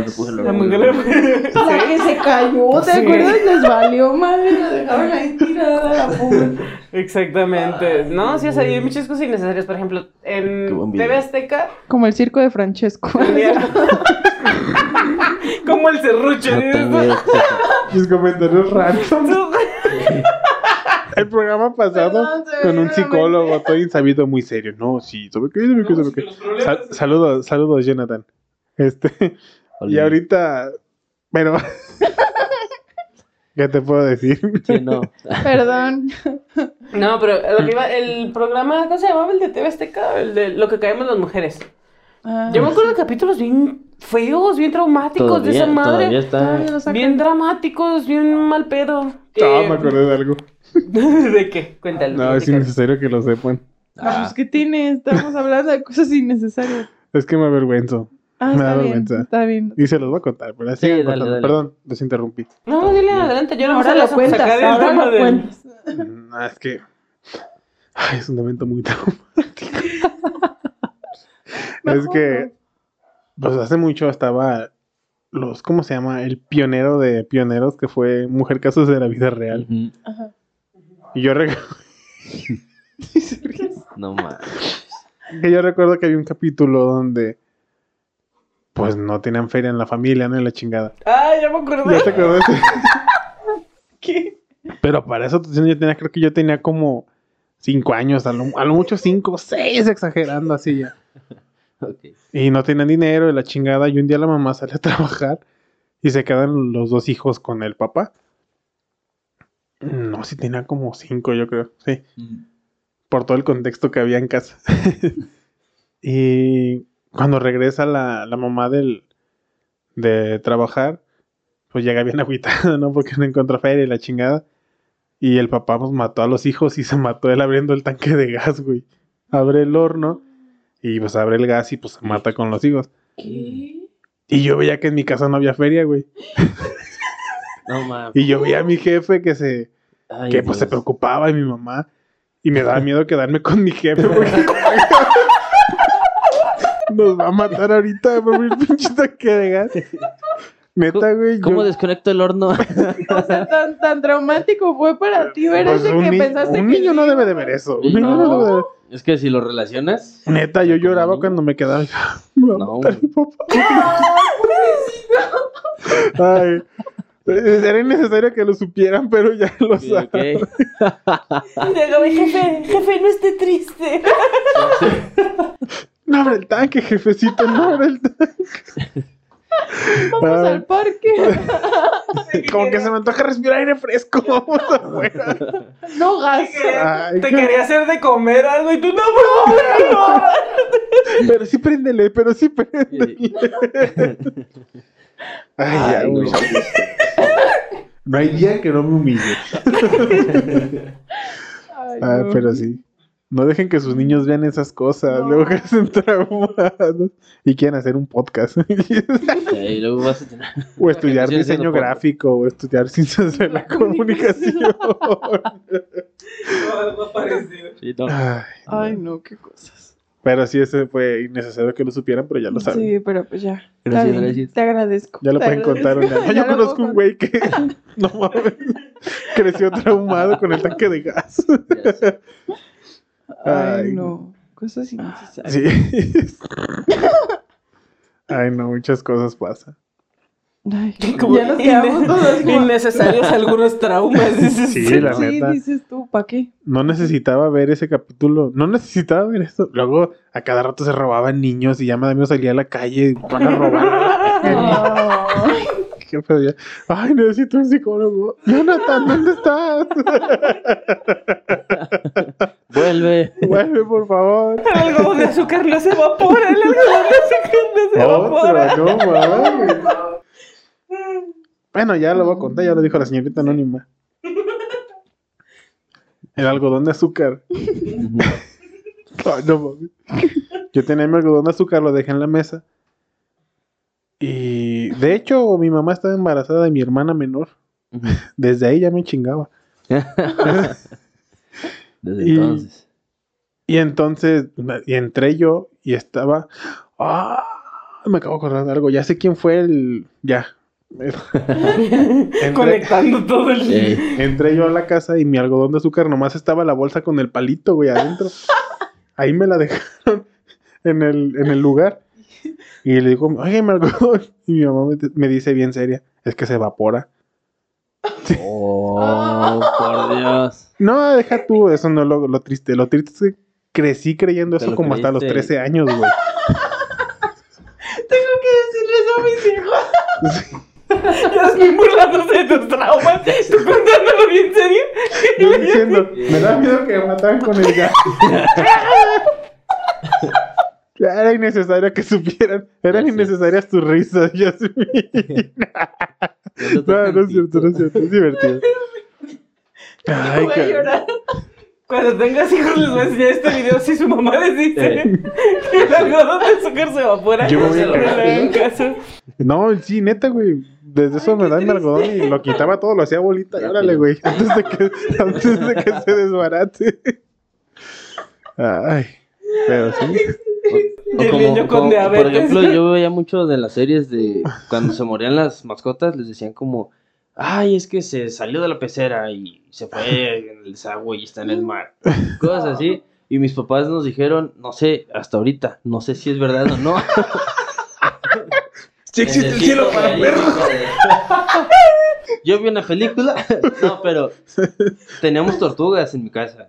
Speaker 3: mujer le-
Speaker 1: La que se cayó, ¿te
Speaker 3: Sí.
Speaker 1: acuerdas? Les valió madre, la dejaron ahí tirada la pobre.
Speaker 3: Exactamente. No, sí, o sea, hay muchas cosas innecesarias. Por ejemplo,
Speaker 4: Qué
Speaker 3: en
Speaker 4: buen video.
Speaker 3: TV Azteca.
Speaker 1: Como el circo de Francesco.
Speaker 3: tenía- Como el serrucho.
Speaker 4: No tengo
Speaker 3: ¿sí?
Speaker 4: idea.
Speaker 2: Mis comentarios random.
Speaker 3: Su-
Speaker 2: El programa pasado
Speaker 1: Perdón, se me
Speaker 2: con
Speaker 1: vino
Speaker 2: un
Speaker 1: la
Speaker 2: psicólogo, todo insabido, muy serio. No, sí, ¿sabe qué? ¿Sabe qué? ¿Sabe qué? Sal- saludos, saludos, Jonathan. Este, y ahorita, bueno, ¿qué te puedo decir?
Speaker 4: Sí, no.
Speaker 1: Perdón.
Speaker 3: No, pero lo que iba- el programa, ¿cómo se llamaba el de TV Azteca? El de lo que caemos las mujeres.
Speaker 1: Ah,
Speaker 3: Yo me acuerdo de capítulos bien feos, bien traumáticos
Speaker 4: Todavía,
Speaker 3: de esa
Speaker 4: todavía
Speaker 3: madre.
Speaker 4: está.
Speaker 1: todavía lo sacan.
Speaker 3: Bien dramáticos, bien mal pedo.
Speaker 2: No,
Speaker 3: Eh,
Speaker 2: me acordé de algo.
Speaker 3: ¿De qué? Cuéntalo.
Speaker 2: No, es
Speaker 3: platícalo.
Speaker 2: innecesario que lo sepan.
Speaker 1: Ah, pues, ¿qué tiene? Estamos hablando de cosas innecesarias.
Speaker 2: Es que me avergüenzo.
Speaker 1: Ah,
Speaker 2: Me da
Speaker 1: está bien,
Speaker 2: vergüenza.
Speaker 1: está bien.
Speaker 2: Y se los voy a contar, pero así
Speaker 4: Sí,
Speaker 2: sigan
Speaker 4: dale,
Speaker 2: contando.
Speaker 4: dale.
Speaker 2: Perdón, los interrumpí.
Speaker 3: No, dile adelante, yo no
Speaker 1: Ahora
Speaker 3: sé
Speaker 1: lo cuentas, ahora lo cuentas.
Speaker 2: Mm, ah, es que. Ay, es un evento muy traumático. es
Speaker 1: No,
Speaker 2: que. Pues hace mucho estaba. Los, ¿cómo se llama? El pionero de pioneros que fue Mujer Casos de la Vida Real.
Speaker 4: Ujú.
Speaker 1: Ajá.
Speaker 2: Y yo, rec-
Speaker 4: No mames.
Speaker 2: que yo recuerdo que había un capítulo donde. Pues no tenían feria en la familia, ¿no? En la chingada.
Speaker 3: Ah, ya me
Speaker 2: ¿Ya
Speaker 3: acordé.
Speaker 2: te acuerdas?
Speaker 1: ¿Qué?
Speaker 2: Pero para eso yo tenía, creo que yo tenía como cinco años, a lo, a lo mucho cinco, seis, exagerando así ya.
Speaker 4: Ok.
Speaker 2: Y no tenían dinero y la chingada. Y un día la mamá sale a trabajar y se quedan los dos hijos con el papá. No, sí tenía como cinco, yo creo, sí. Por todo el contexto que había en casa. y cuando regresa la, la mamá del, de trabajar, pues llega bien agüitada, ¿no? Porque no encontró feria y la chingada. Y el papá pues, mató a los hijos y se mató él abriendo el tanque de gas, güey. Abre el horno y pues abre el gas y pues se mata con los hijos.
Speaker 1: ¿Qué?
Speaker 2: Y yo veía que en mi casa no había feria, güey.
Speaker 4: No mames.
Speaker 2: Y yo veía a mi jefe que se
Speaker 4: Ay,
Speaker 2: que pues se
Speaker 4: Dios.
Speaker 2: preocupaba y mi mamá y me daba miedo quedarme con mi jefe porque nos va a matar ahorita por el pinche tanque de gas. Neta, güey. yo-
Speaker 4: ¿Cómo desconecto el horno?
Speaker 1: O sea, tan, tan traumático fue para ti ver
Speaker 2: pues,
Speaker 1: ese
Speaker 2: un
Speaker 1: que
Speaker 2: ni-
Speaker 1: pensaste
Speaker 2: un
Speaker 1: que
Speaker 2: niño
Speaker 1: sí.
Speaker 2: no debe de ver eso. Un niño no
Speaker 4: No.
Speaker 2: debe de ver-
Speaker 4: es que si lo relacionas.
Speaker 2: Neta, yo
Speaker 4: Como
Speaker 2: lloraba
Speaker 4: niño.
Speaker 2: cuando me quedaba. Me va a
Speaker 4: No,
Speaker 2: matar
Speaker 4: güey.
Speaker 2: mi papá. Ay, era innecesario que lo supieran, pero ya lo
Speaker 4: ok, ok.
Speaker 2: saben.
Speaker 3: Llegaba y, jefe, jefe, no esté triste.
Speaker 2: No abre el tanque, jefecito, no abre el tanque.
Speaker 1: Vamos
Speaker 2: Ay.
Speaker 1: al parque.
Speaker 2: Como que se me antoja respirar aire fresco, vamos afuera.
Speaker 1: No gas.
Speaker 2: Ay,
Speaker 3: Te
Speaker 2: qué-
Speaker 3: quería hacer de comer algo y tú, no, por favor, no.
Speaker 2: Pero sí préndele, pero sí préndele. Ay, ya,
Speaker 4: Ay,
Speaker 2: güey.
Speaker 4: no.
Speaker 2: No hay día que no me humille.
Speaker 1: Ay,
Speaker 2: Ah,
Speaker 1: no.
Speaker 2: pero sí. No dejen que sus niños vean esas cosas. Luego crecen traumados y quieren hacer un podcast.
Speaker 4: Sí, Y luego vas a tener.
Speaker 2: o estudiar
Speaker 4: Sigue siendo
Speaker 2: diseño
Speaker 4: podcast.
Speaker 2: gráfico, o estudiar ciencias de la comunicación.
Speaker 4: Sí, no.
Speaker 2: Ay,
Speaker 1: Ay, no, qué cosas.
Speaker 2: pero sí, ese fue innecesario que lo supieran, pero ya lo saben.
Speaker 1: Sí, pero pues ya. Está
Speaker 4: Gracias,
Speaker 1: bien,
Speaker 4: gracias.
Speaker 1: Te agradezco.
Speaker 2: Ya lo
Speaker 1: te
Speaker 2: pueden contar.
Speaker 1: agradezco.
Speaker 2: una- Ay,
Speaker 1: Ya
Speaker 2: Yo
Speaker 1: lo
Speaker 2: conozco
Speaker 1: puedo
Speaker 2: un güey que, no mames, creció traumado con el tanque de gas.
Speaker 4: Ya sé.
Speaker 1: contar. Ay,
Speaker 2: Ay.
Speaker 1: no. Cosas innecesarias.
Speaker 2: Sí. Ay, no, muchas cosas pasan.
Speaker 1: Ay,
Speaker 3: Como
Speaker 1: ya nos quedamos todos como-
Speaker 3: innecesarios algunos traumas. dices.
Speaker 2: Sí, la
Speaker 1: Sí,
Speaker 2: neta.
Speaker 1: dices tú, ¿para qué?
Speaker 2: No necesitaba ver ese capítulo. No necesitaba ver esto. Luego, a cada rato se robaban niños y ya me da miedo salir a la calle y van a robar.
Speaker 1: Ah,
Speaker 2: Qué feo ya. Ay, necesito un psicólogo. Jonathan, ¿dónde estás?
Speaker 4: Vuelve.
Speaker 2: Vuelve, por favor.
Speaker 3: El algodón de azúcar no se evapora, el algodón de azúcar no se evapora.
Speaker 2: Otro, no mames. Bueno, ya lo voy a contar, ya lo dijo la señorita anónima. El algodón de azúcar. Ay, no mames. Yo tenía mi algodón de azúcar, lo dejé en la mesa. Y de hecho, mi mamá estaba embarazada de mi hermana menor.
Speaker 4: Ujú.
Speaker 2: Desde ahí ya me chingaba.
Speaker 4: Desde
Speaker 2: Y-
Speaker 4: entonces.
Speaker 2: Y entonces, y entré yo y estaba. ¡Ah! Me acabo de acordar de algo. Ya sé quién fue el. Ya. Entré,
Speaker 3: Conectando todo el
Speaker 4: Ey,
Speaker 2: entré yo a la casa y mi algodón de azúcar nomás estaba la bolsa con el palito, güey, adentro. Ahí me la dejaron en el, en el lugar. Y le digo, oye, mi algodón. Y mi mamá me, me dice bien seria: es que se evapora.
Speaker 4: Oh, por Dios.
Speaker 2: No, deja tú, eso no es lo, lo triste. Lo triste es que crecí creyendo
Speaker 4: Te
Speaker 2: eso
Speaker 4: lo
Speaker 2: como hasta los
Speaker 4: creíste.
Speaker 2: 13 años, güey.
Speaker 1: Tengo que decirles a mis hijos.
Speaker 3: Ya estoy burlándose de tus traumas. ¿Tú contándolo bien serio?
Speaker 2: Yo diciendo, me da miedo que me mataran con el gas. Ya Era innecesario que supieran. Eran
Speaker 4: Ya sé.
Speaker 2: innecesarias tus risas, Yasmin. No, no es cierto, no es cierto. Es divertido. Ay,
Speaker 1: Voy a
Speaker 2: ca-
Speaker 1: llorar.
Speaker 3: Cuando tengas hijos les voy a enseñar este video si su mamá les dice
Speaker 4: Eh.
Speaker 3: que el algodón de azúcar se evapora.
Speaker 2: Yo me voy a
Speaker 3: no le
Speaker 2: encargar.
Speaker 3: hagan caso.
Speaker 2: No, sí, neta, güey. Desde eso
Speaker 3: Ay,
Speaker 2: me
Speaker 3: qué
Speaker 2: dan el algodón y lo quitaba todo, lo hacía bolita. Y órale, güey. Antes de que, antes de que se desbarate. Ay. Pero sí.
Speaker 4: O
Speaker 3: Del niño con
Speaker 4: por
Speaker 3: diabetes.
Speaker 4: ejemplo, yo veía mucho de las series de cuando se morían las mascotas, les decían como, ay, es que se salió de la pecera y se fue en el desagüe y está en el mar. Cosas así. Y mis papás nos dijeron, no sé, hasta ahorita, no sé si es verdad o no.
Speaker 2: Sí existe el cielo para
Speaker 4: Necesito
Speaker 2: perros.
Speaker 4: que ahí, joder. Yo vi una película, no, pero teníamos tortugas en mi casa,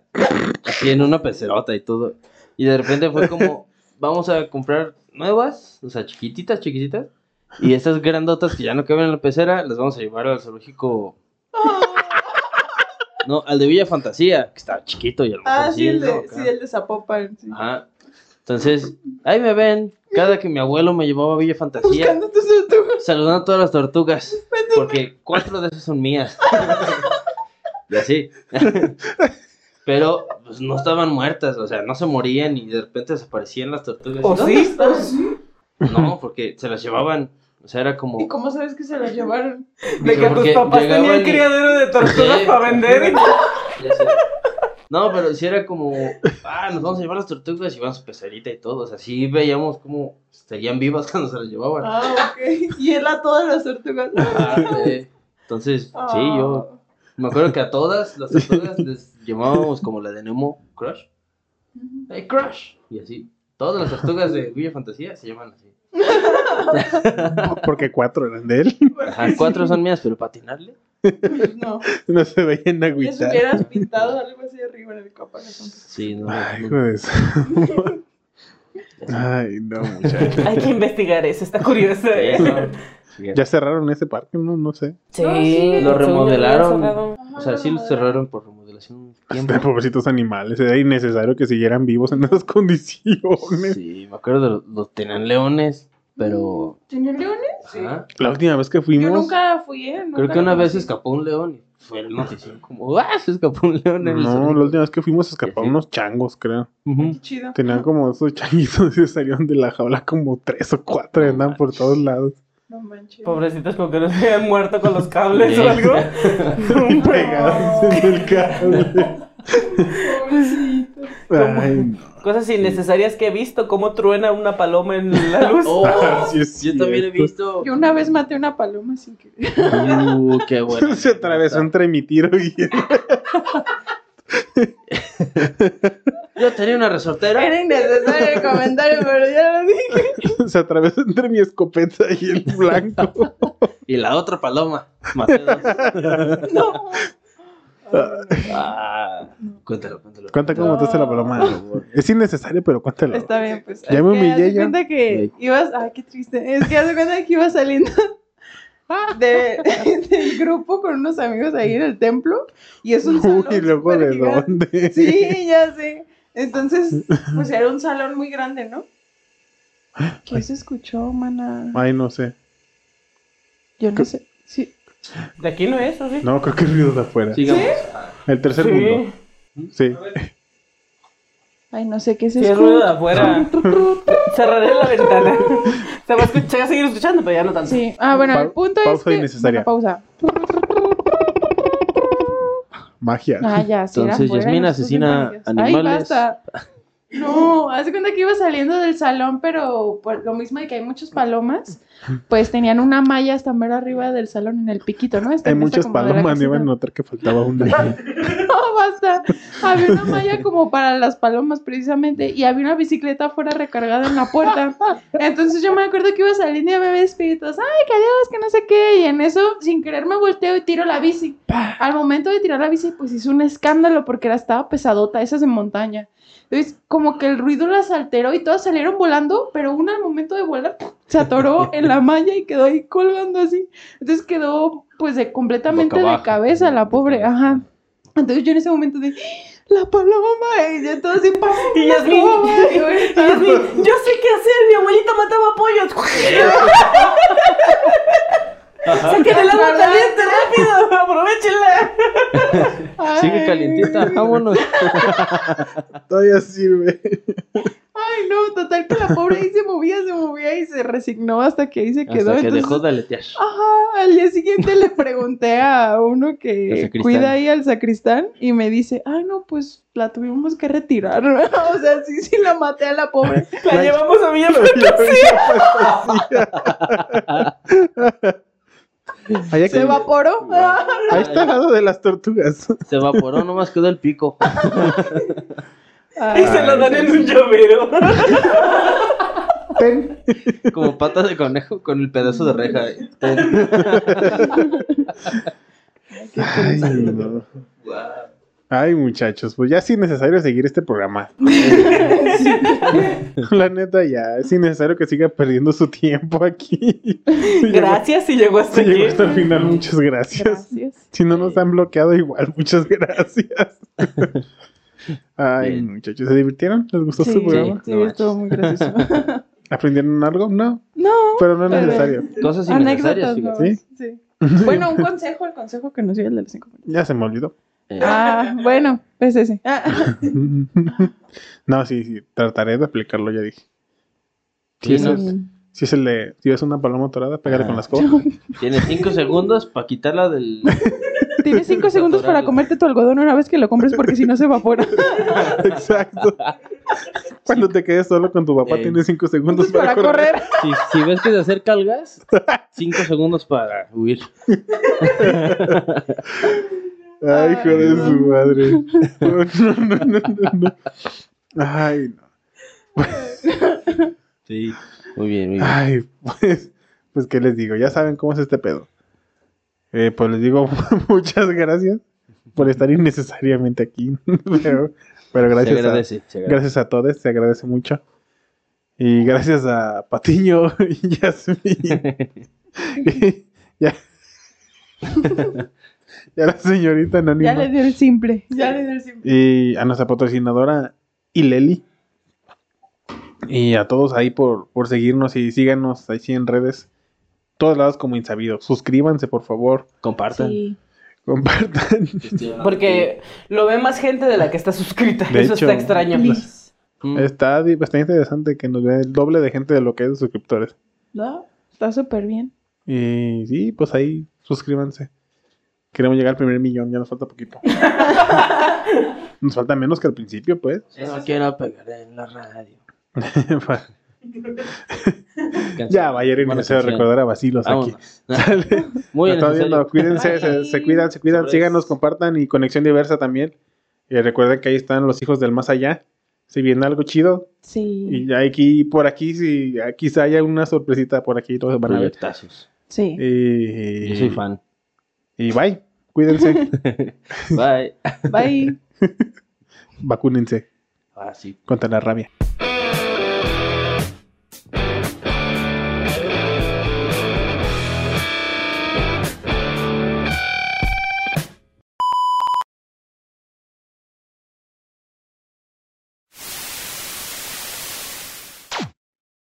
Speaker 4: así en una pecerota y todo. Y de repente fue como, vamos a comprar nuevas, o sea, chiquititas, chiquititas. Y estas grandotas que ya no caben en la pecera, las vamos a llevar al zoológico. No, al de Villa Fantasía, que estaba chiquito y a lo mejor
Speaker 1: Ah, sí, el
Speaker 4: ¿no?
Speaker 1: de,
Speaker 4: Acá.
Speaker 1: sí, el de Zapopan.
Speaker 2: Ah,
Speaker 1: sí.
Speaker 4: Ajá. Entonces, ahí me ven, cada que mi abuelo me llevaba a Villa Fantasía.
Speaker 1: Buscando tus tortugas.
Speaker 4: Saludando a todas las tortugas. Porque cuatro de esas son mías. Y así. Pero pues, no estaban muertas, o sea, no se morían y de repente desaparecían las tortugas.
Speaker 3: ¿O
Speaker 4: ¿Dónde
Speaker 3: sí?
Speaker 4: están? No, porque se las llevaban. O sea, era como.
Speaker 1: ¿Y cómo sabes que se las llevaron?
Speaker 3: De que tus
Speaker 4: Porque
Speaker 3: papás
Speaker 4: llegaban
Speaker 3: tenían
Speaker 4: y-
Speaker 3: criadero de tortugas
Speaker 4: Sí.
Speaker 3: para vender.
Speaker 4: Ya sé. No, pero si era como, ah, nos vamos a llevar las tortugas y van su pecerita y todo. O sea, sí veíamos cómo estarían vivas cuando se las llevaban.
Speaker 1: Ah, ok. Y él a todas las tortugas.
Speaker 4: Ah, eh. Entonces, sí,
Speaker 3: Ah.
Speaker 4: yo Me acuerdo que a todas las tortugas les llamábamos como la de Nemo Crush. ¡Hey, Crush! Y así. Todas las tortugas de Villa Fantasía se llaman así.
Speaker 2: Porque cuatro eran de él.
Speaker 4: Ajá, cuatro son mías, pero patinarle.
Speaker 1: Ah. No.
Speaker 2: No se veían
Speaker 1: Les
Speaker 2: agüitar.
Speaker 1: hubieras pintado algo así arriba en el caparazón.
Speaker 4: Sí, no.
Speaker 2: Ay,
Speaker 4: no,
Speaker 2: hijo de eso. Ay, no, muchachos.
Speaker 3: Hay que investigar eso, está curioso. ¿eh?
Speaker 4: Sí, no. Sí,
Speaker 2: Ya cerraron ese parque, no, no sé.
Speaker 3: Sí,
Speaker 1: No, sí.
Speaker 4: Lo
Speaker 3: según yo había
Speaker 4: remodelaron.
Speaker 3: cerrado.
Speaker 4: O sea,
Speaker 1: Ah.
Speaker 4: sí lo cerraron por remodelación un tiempo.
Speaker 2: De pobrecitos animales. Era innecesario que siguieran vivos en esas condiciones.
Speaker 4: Sí, me acuerdo de los, los tenían leones, pero.
Speaker 1: ¿Tenían leones? Mm, Sí.
Speaker 4: ajá.
Speaker 2: La última vez que
Speaker 1: Yo
Speaker 2: fuimos.
Speaker 1: nunca fui, ¿eh? Nunca
Speaker 4: Creo que una
Speaker 1: lo
Speaker 4: vez se
Speaker 1: conocí.
Speaker 4: escapó un león y fue el notición como, ¡ah! Se escapó un león en el
Speaker 2: No, la
Speaker 4: zoológico".
Speaker 2: última vez que fuimos escaparon
Speaker 4: Sí.
Speaker 2: unos changos, creo.
Speaker 4: Ujú.
Speaker 1: Qué chido.
Speaker 4: Ah.
Speaker 2: Tenían como esos changuitos y salieron de la jaula como tres o cuatro y andaban por todos lados.
Speaker 1: No manches.
Speaker 3: Pobrecitos, como que no se habían muerto con los cables
Speaker 4: Sí.
Speaker 3: o algo. Oh
Speaker 2: Y pegados en el cable.
Speaker 1: Pobrecito.
Speaker 2: Ay,
Speaker 3: Cosas innecesarias que he visto, como truena una paloma en la luz.
Speaker 4: Oh,
Speaker 2: Ah, Sí, es
Speaker 4: yo también he
Speaker 2: cierto.
Speaker 4: visto.
Speaker 1: Yo una vez maté una paloma sin querer.
Speaker 4: Uh, qué bueno.
Speaker 2: Se atravesó entre mi tiro y
Speaker 4: Yo tenía una resortera.
Speaker 1: Era innecesario el comentario, pero ya lo dije.
Speaker 2: se atravesó entre mi escopeta y el blanco.
Speaker 4: Y la otra paloma. Maté dos.
Speaker 1: No.
Speaker 4: Ah, cuéntalo, cuéntalo.
Speaker 2: Cuenta cómo
Speaker 1: No.
Speaker 2: mataste a la
Speaker 4: Por
Speaker 2: paloma.
Speaker 4: favor.
Speaker 2: Es innecesario, pero cuéntalo.
Speaker 1: Está bien, pues.
Speaker 2: Ya
Speaker 1: Es
Speaker 2: me
Speaker 1: que
Speaker 2: humillé,
Speaker 1: haz de
Speaker 2: ya.
Speaker 1: cuenta que ibas. Ay, qué triste. Es que hace cuenta que ibas saliendo de, del grupo con unos amigos ahí en el templo. Y es un salón.
Speaker 2: Uy, luego
Speaker 1: súper
Speaker 2: de
Speaker 1: gigante.
Speaker 2: dónde.
Speaker 1: Sí, ya sé. Entonces, pues era un salón muy grande, ¿no? ¿Qué se escuchó, mana?
Speaker 2: Ay, no sé.
Speaker 1: Yo no sé. Sí.
Speaker 3: De aquí no es, ¿o sí?
Speaker 2: No, creo que ruido de afuera.
Speaker 4: Sigamos.
Speaker 2: El tercer
Speaker 3: sí.
Speaker 2: mundo. Sí.
Speaker 1: Ay, no sé qué se
Speaker 3: Sí, es ruido de
Speaker 1: escuchó.
Speaker 3: afuera. Cerraré la ventana. Se va a, escuchar, se va a seguir escuchando, pero ya no tanto.
Speaker 1: Sí. Ah, bueno,
Speaker 2: Pa-
Speaker 1: el punto es.
Speaker 2: pausa
Speaker 1: que-
Speaker 2: innecesaria.
Speaker 1: Bueno, pausa.
Speaker 2: Magia.
Speaker 1: Ah, ya, sí, eran
Speaker 4: Entonces,
Speaker 1: buenas,
Speaker 4: Yasmina
Speaker 1: esas
Speaker 4: asesina
Speaker 1: mecánicas.
Speaker 4: animales.
Speaker 1: Ay, basta. No, hace cuenta que iba saliendo del salón, pero por lo mismo de que hay muchas palomas, pues tenían una malla hasta mero arriba del salón en el piquito, ¿no? Esta
Speaker 2: Hay
Speaker 1: mesa
Speaker 2: muchas
Speaker 1: como de la
Speaker 2: palomas, no
Speaker 1: casita.
Speaker 2: iban a notar que faltaba una.
Speaker 1: No, basta. Había una malla como para las palomas precisamente y había una bicicleta afuera recargada en la puerta. Entonces yo me acuerdo que iba saliendo y ya me ve espíritus, ay, que adiós, que no sé qué. Y en eso, sin querer, me volteo y tiro la bici. Al momento de tirar la bici, pues hizo un escándalo porque era, estaba pesadota, esas de montaña. Entonces, como que el ruido las alteró y todas salieron volando, pero una al momento de volar se atoró en la malla y quedó ahí colgando así. Entonces quedó pues de completamente
Speaker 4: Boca
Speaker 1: de
Speaker 4: abajo.
Speaker 1: cabeza la pobre, ajá. Entonces yo en ese momento de la paloma y yo todo así pasa
Speaker 3: Y
Speaker 1: la
Speaker 3: Yasmin,
Speaker 1: paloma", y yo,
Speaker 3: y Yasmin, yo sé qué hacer, mi abuelita mataba pollos. Saquen el agua
Speaker 1: Ojalá.
Speaker 3: Ah, caliente, rápido, aprovechenla.
Speaker 1: "Ay,
Speaker 4: Sigue
Speaker 1: Ay.
Speaker 4: calientita, vámonos.
Speaker 2: Todavía sirve.
Speaker 1: Ay, no, total que la pobre ahí se movía, se movía y se resignó hasta que ahí se quedó.
Speaker 4: Hasta que
Speaker 1: entonces-
Speaker 4: dejó de aletear.
Speaker 1: Ajá, al día siguiente le pregunté a uno
Speaker 4: Al
Speaker 1: que
Speaker 4: sacristán.
Speaker 1: cuida ahí al sacristán y me dice, ay no, pues la tuvimos que retirar. o sea, sí, sí la maté a la pobre.
Speaker 3: La llevamos a Villa
Speaker 2: Allá
Speaker 1: Se
Speaker 2: que-
Speaker 1: evaporó.
Speaker 2: Ahí está al lado de las tortugas.
Speaker 4: Se evaporó, nomás quedó el pico.
Speaker 1: Ay,
Speaker 3: y se lo dan en un llavero.
Speaker 2: Ten.
Speaker 4: Como pata de conejo con el pedazo de reja. eh. Ten.
Speaker 1: qué
Speaker 2: Ay,
Speaker 1: triste.
Speaker 2: no. Ay, muchachos, pues ya es innecesario seguir este programa. La neta, ya es innecesario que siga perdiendo su tiempo aquí. Si llegó-
Speaker 3: Gracias si llegó hasta
Speaker 2: Si
Speaker 3: aquí.
Speaker 2: llegó hasta el final, muchas gracias.
Speaker 1: Gracias.
Speaker 2: Si no nos han bloqueado, igual, muchas gracias. Ay,
Speaker 4: Bien.
Speaker 2: muchachos, ¿se divirtieron? ¿Les gustó
Speaker 1: Sí,
Speaker 2: este programa?
Speaker 1: sí,
Speaker 4: No
Speaker 1: estuvo muy gracioso.
Speaker 2: ¿Aprendieron algo? No,
Speaker 1: No,
Speaker 2: pero no es
Speaker 1: Pero-
Speaker 2: necesario.
Speaker 4: Cosas innecesarias,
Speaker 1: anécdotas.
Speaker 4: fíjate.
Speaker 1: nomás,
Speaker 2: fíjate.
Speaker 1: sí. Bueno, un consejo, el consejo que nos dio el de los cinco minutos.
Speaker 2: Ya se me olvidó.
Speaker 4: Eh,
Speaker 1: Ah, bueno, pues ese.
Speaker 2: No, sí, sí, trataré de aplicarlo, ya dije.
Speaker 4: Sí,
Speaker 2: Si,
Speaker 4: no.
Speaker 2: es, si es el de, si es una paloma torada, pégale
Speaker 4: Ah.
Speaker 2: con las cosas.
Speaker 4: Tiene cinco segundos para quitarla del.
Speaker 1: Tienes cinco segundos para comerte tu algodón una vez que lo compres porque si no se evapora. Ah.
Speaker 2: Exacto. Cuando te quedes solo con tu papá,
Speaker 4: Ey.
Speaker 2: tienes cinco segundos
Speaker 1: Eh. Entonces, para correr.
Speaker 4: Si, si ves que se acerca el gas, cinco segundos para huir.
Speaker 2: Ay,
Speaker 1: Ay,
Speaker 2: hijo de
Speaker 1: no.
Speaker 2: su madre. No, no, no, no, no. Ay, no.
Speaker 4: Sí. Muy bien, muy bien.
Speaker 2: Ay, pues, pues, ¿qué les digo? Ya saben cómo es este pedo. Eh, pues les digo muchas gracias por estar innecesariamente aquí. Pero, pero
Speaker 4: se
Speaker 2: gracias ah, a,
Speaker 4: agradece. se agradece.
Speaker 2: gracias a todos, se agradece mucho. Y gracias a Patiño y Yasmin. ya. y a la señorita
Speaker 1: Ya
Speaker 2: anónima.
Speaker 1: le dio el simple. Ya le dio el simple.
Speaker 2: Y a nuestra patrocinadora Ileli. Y a todos ahí por, por seguirnos y síganos ahí sí en redes. Todos lados como insabido. Suscríbanse, por favor.
Speaker 4: Compartan.
Speaker 1: Sí.
Speaker 2: Compartan.
Speaker 3: Porque lo ve más gente de la que está suscrita.
Speaker 2: De
Speaker 3: Eso
Speaker 2: hecho,
Speaker 3: está extraño.
Speaker 1: Please.
Speaker 4: Mm.
Speaker 2: Está di- bastante interesante que nos vea el doble de gente de lo que hay de suscriptores.
Speaker 1: ¿No? Está súper bien.
Speaker 2: Y sí, pues ahí suscríbanse. Queremos llegar al primer millón, ya nos falta poquito. nos falta menos que al principio, pues.
Speaker 4: No quiero pegar en la radio.
Speaker 2: ya, vaya, era innecesario recordar a
Speaker 4: Ah,
Speaker 2: Basilos aquí.
Speaker 4: Vámonos. Muy
Speaker 2: Nos estamos
Speaker 4: necesario.
Speaker 2: viendo. Cuídense,
Speaker 1: Bye.
Speaker 2: se, se cuidan, se cuidan.
Speaker 4: Sobres.
Speaker 2: Síganos, compartan y conexión diversa también. Y recuerden que ahí están los hijos del más allá. Si viene algo chido,
Speaker 1: Sí.
Speaker 2: y aquí, por aquí, si ah, quizá haya una sorpresita por aquí, todos van a ver.
Speaker 4: Proyectazos.
Speaker 1: Sí.
Speaker 2: Y,
Speaker 4: Yo soy fan.
Speaker 2: y bye, cuídense,
Speaker 4: Bye.
Speaker 1: Bye.
Speaker 2: vacúnense
Speaker 4: Ah, sí.
Speaker 2: contra la rabia.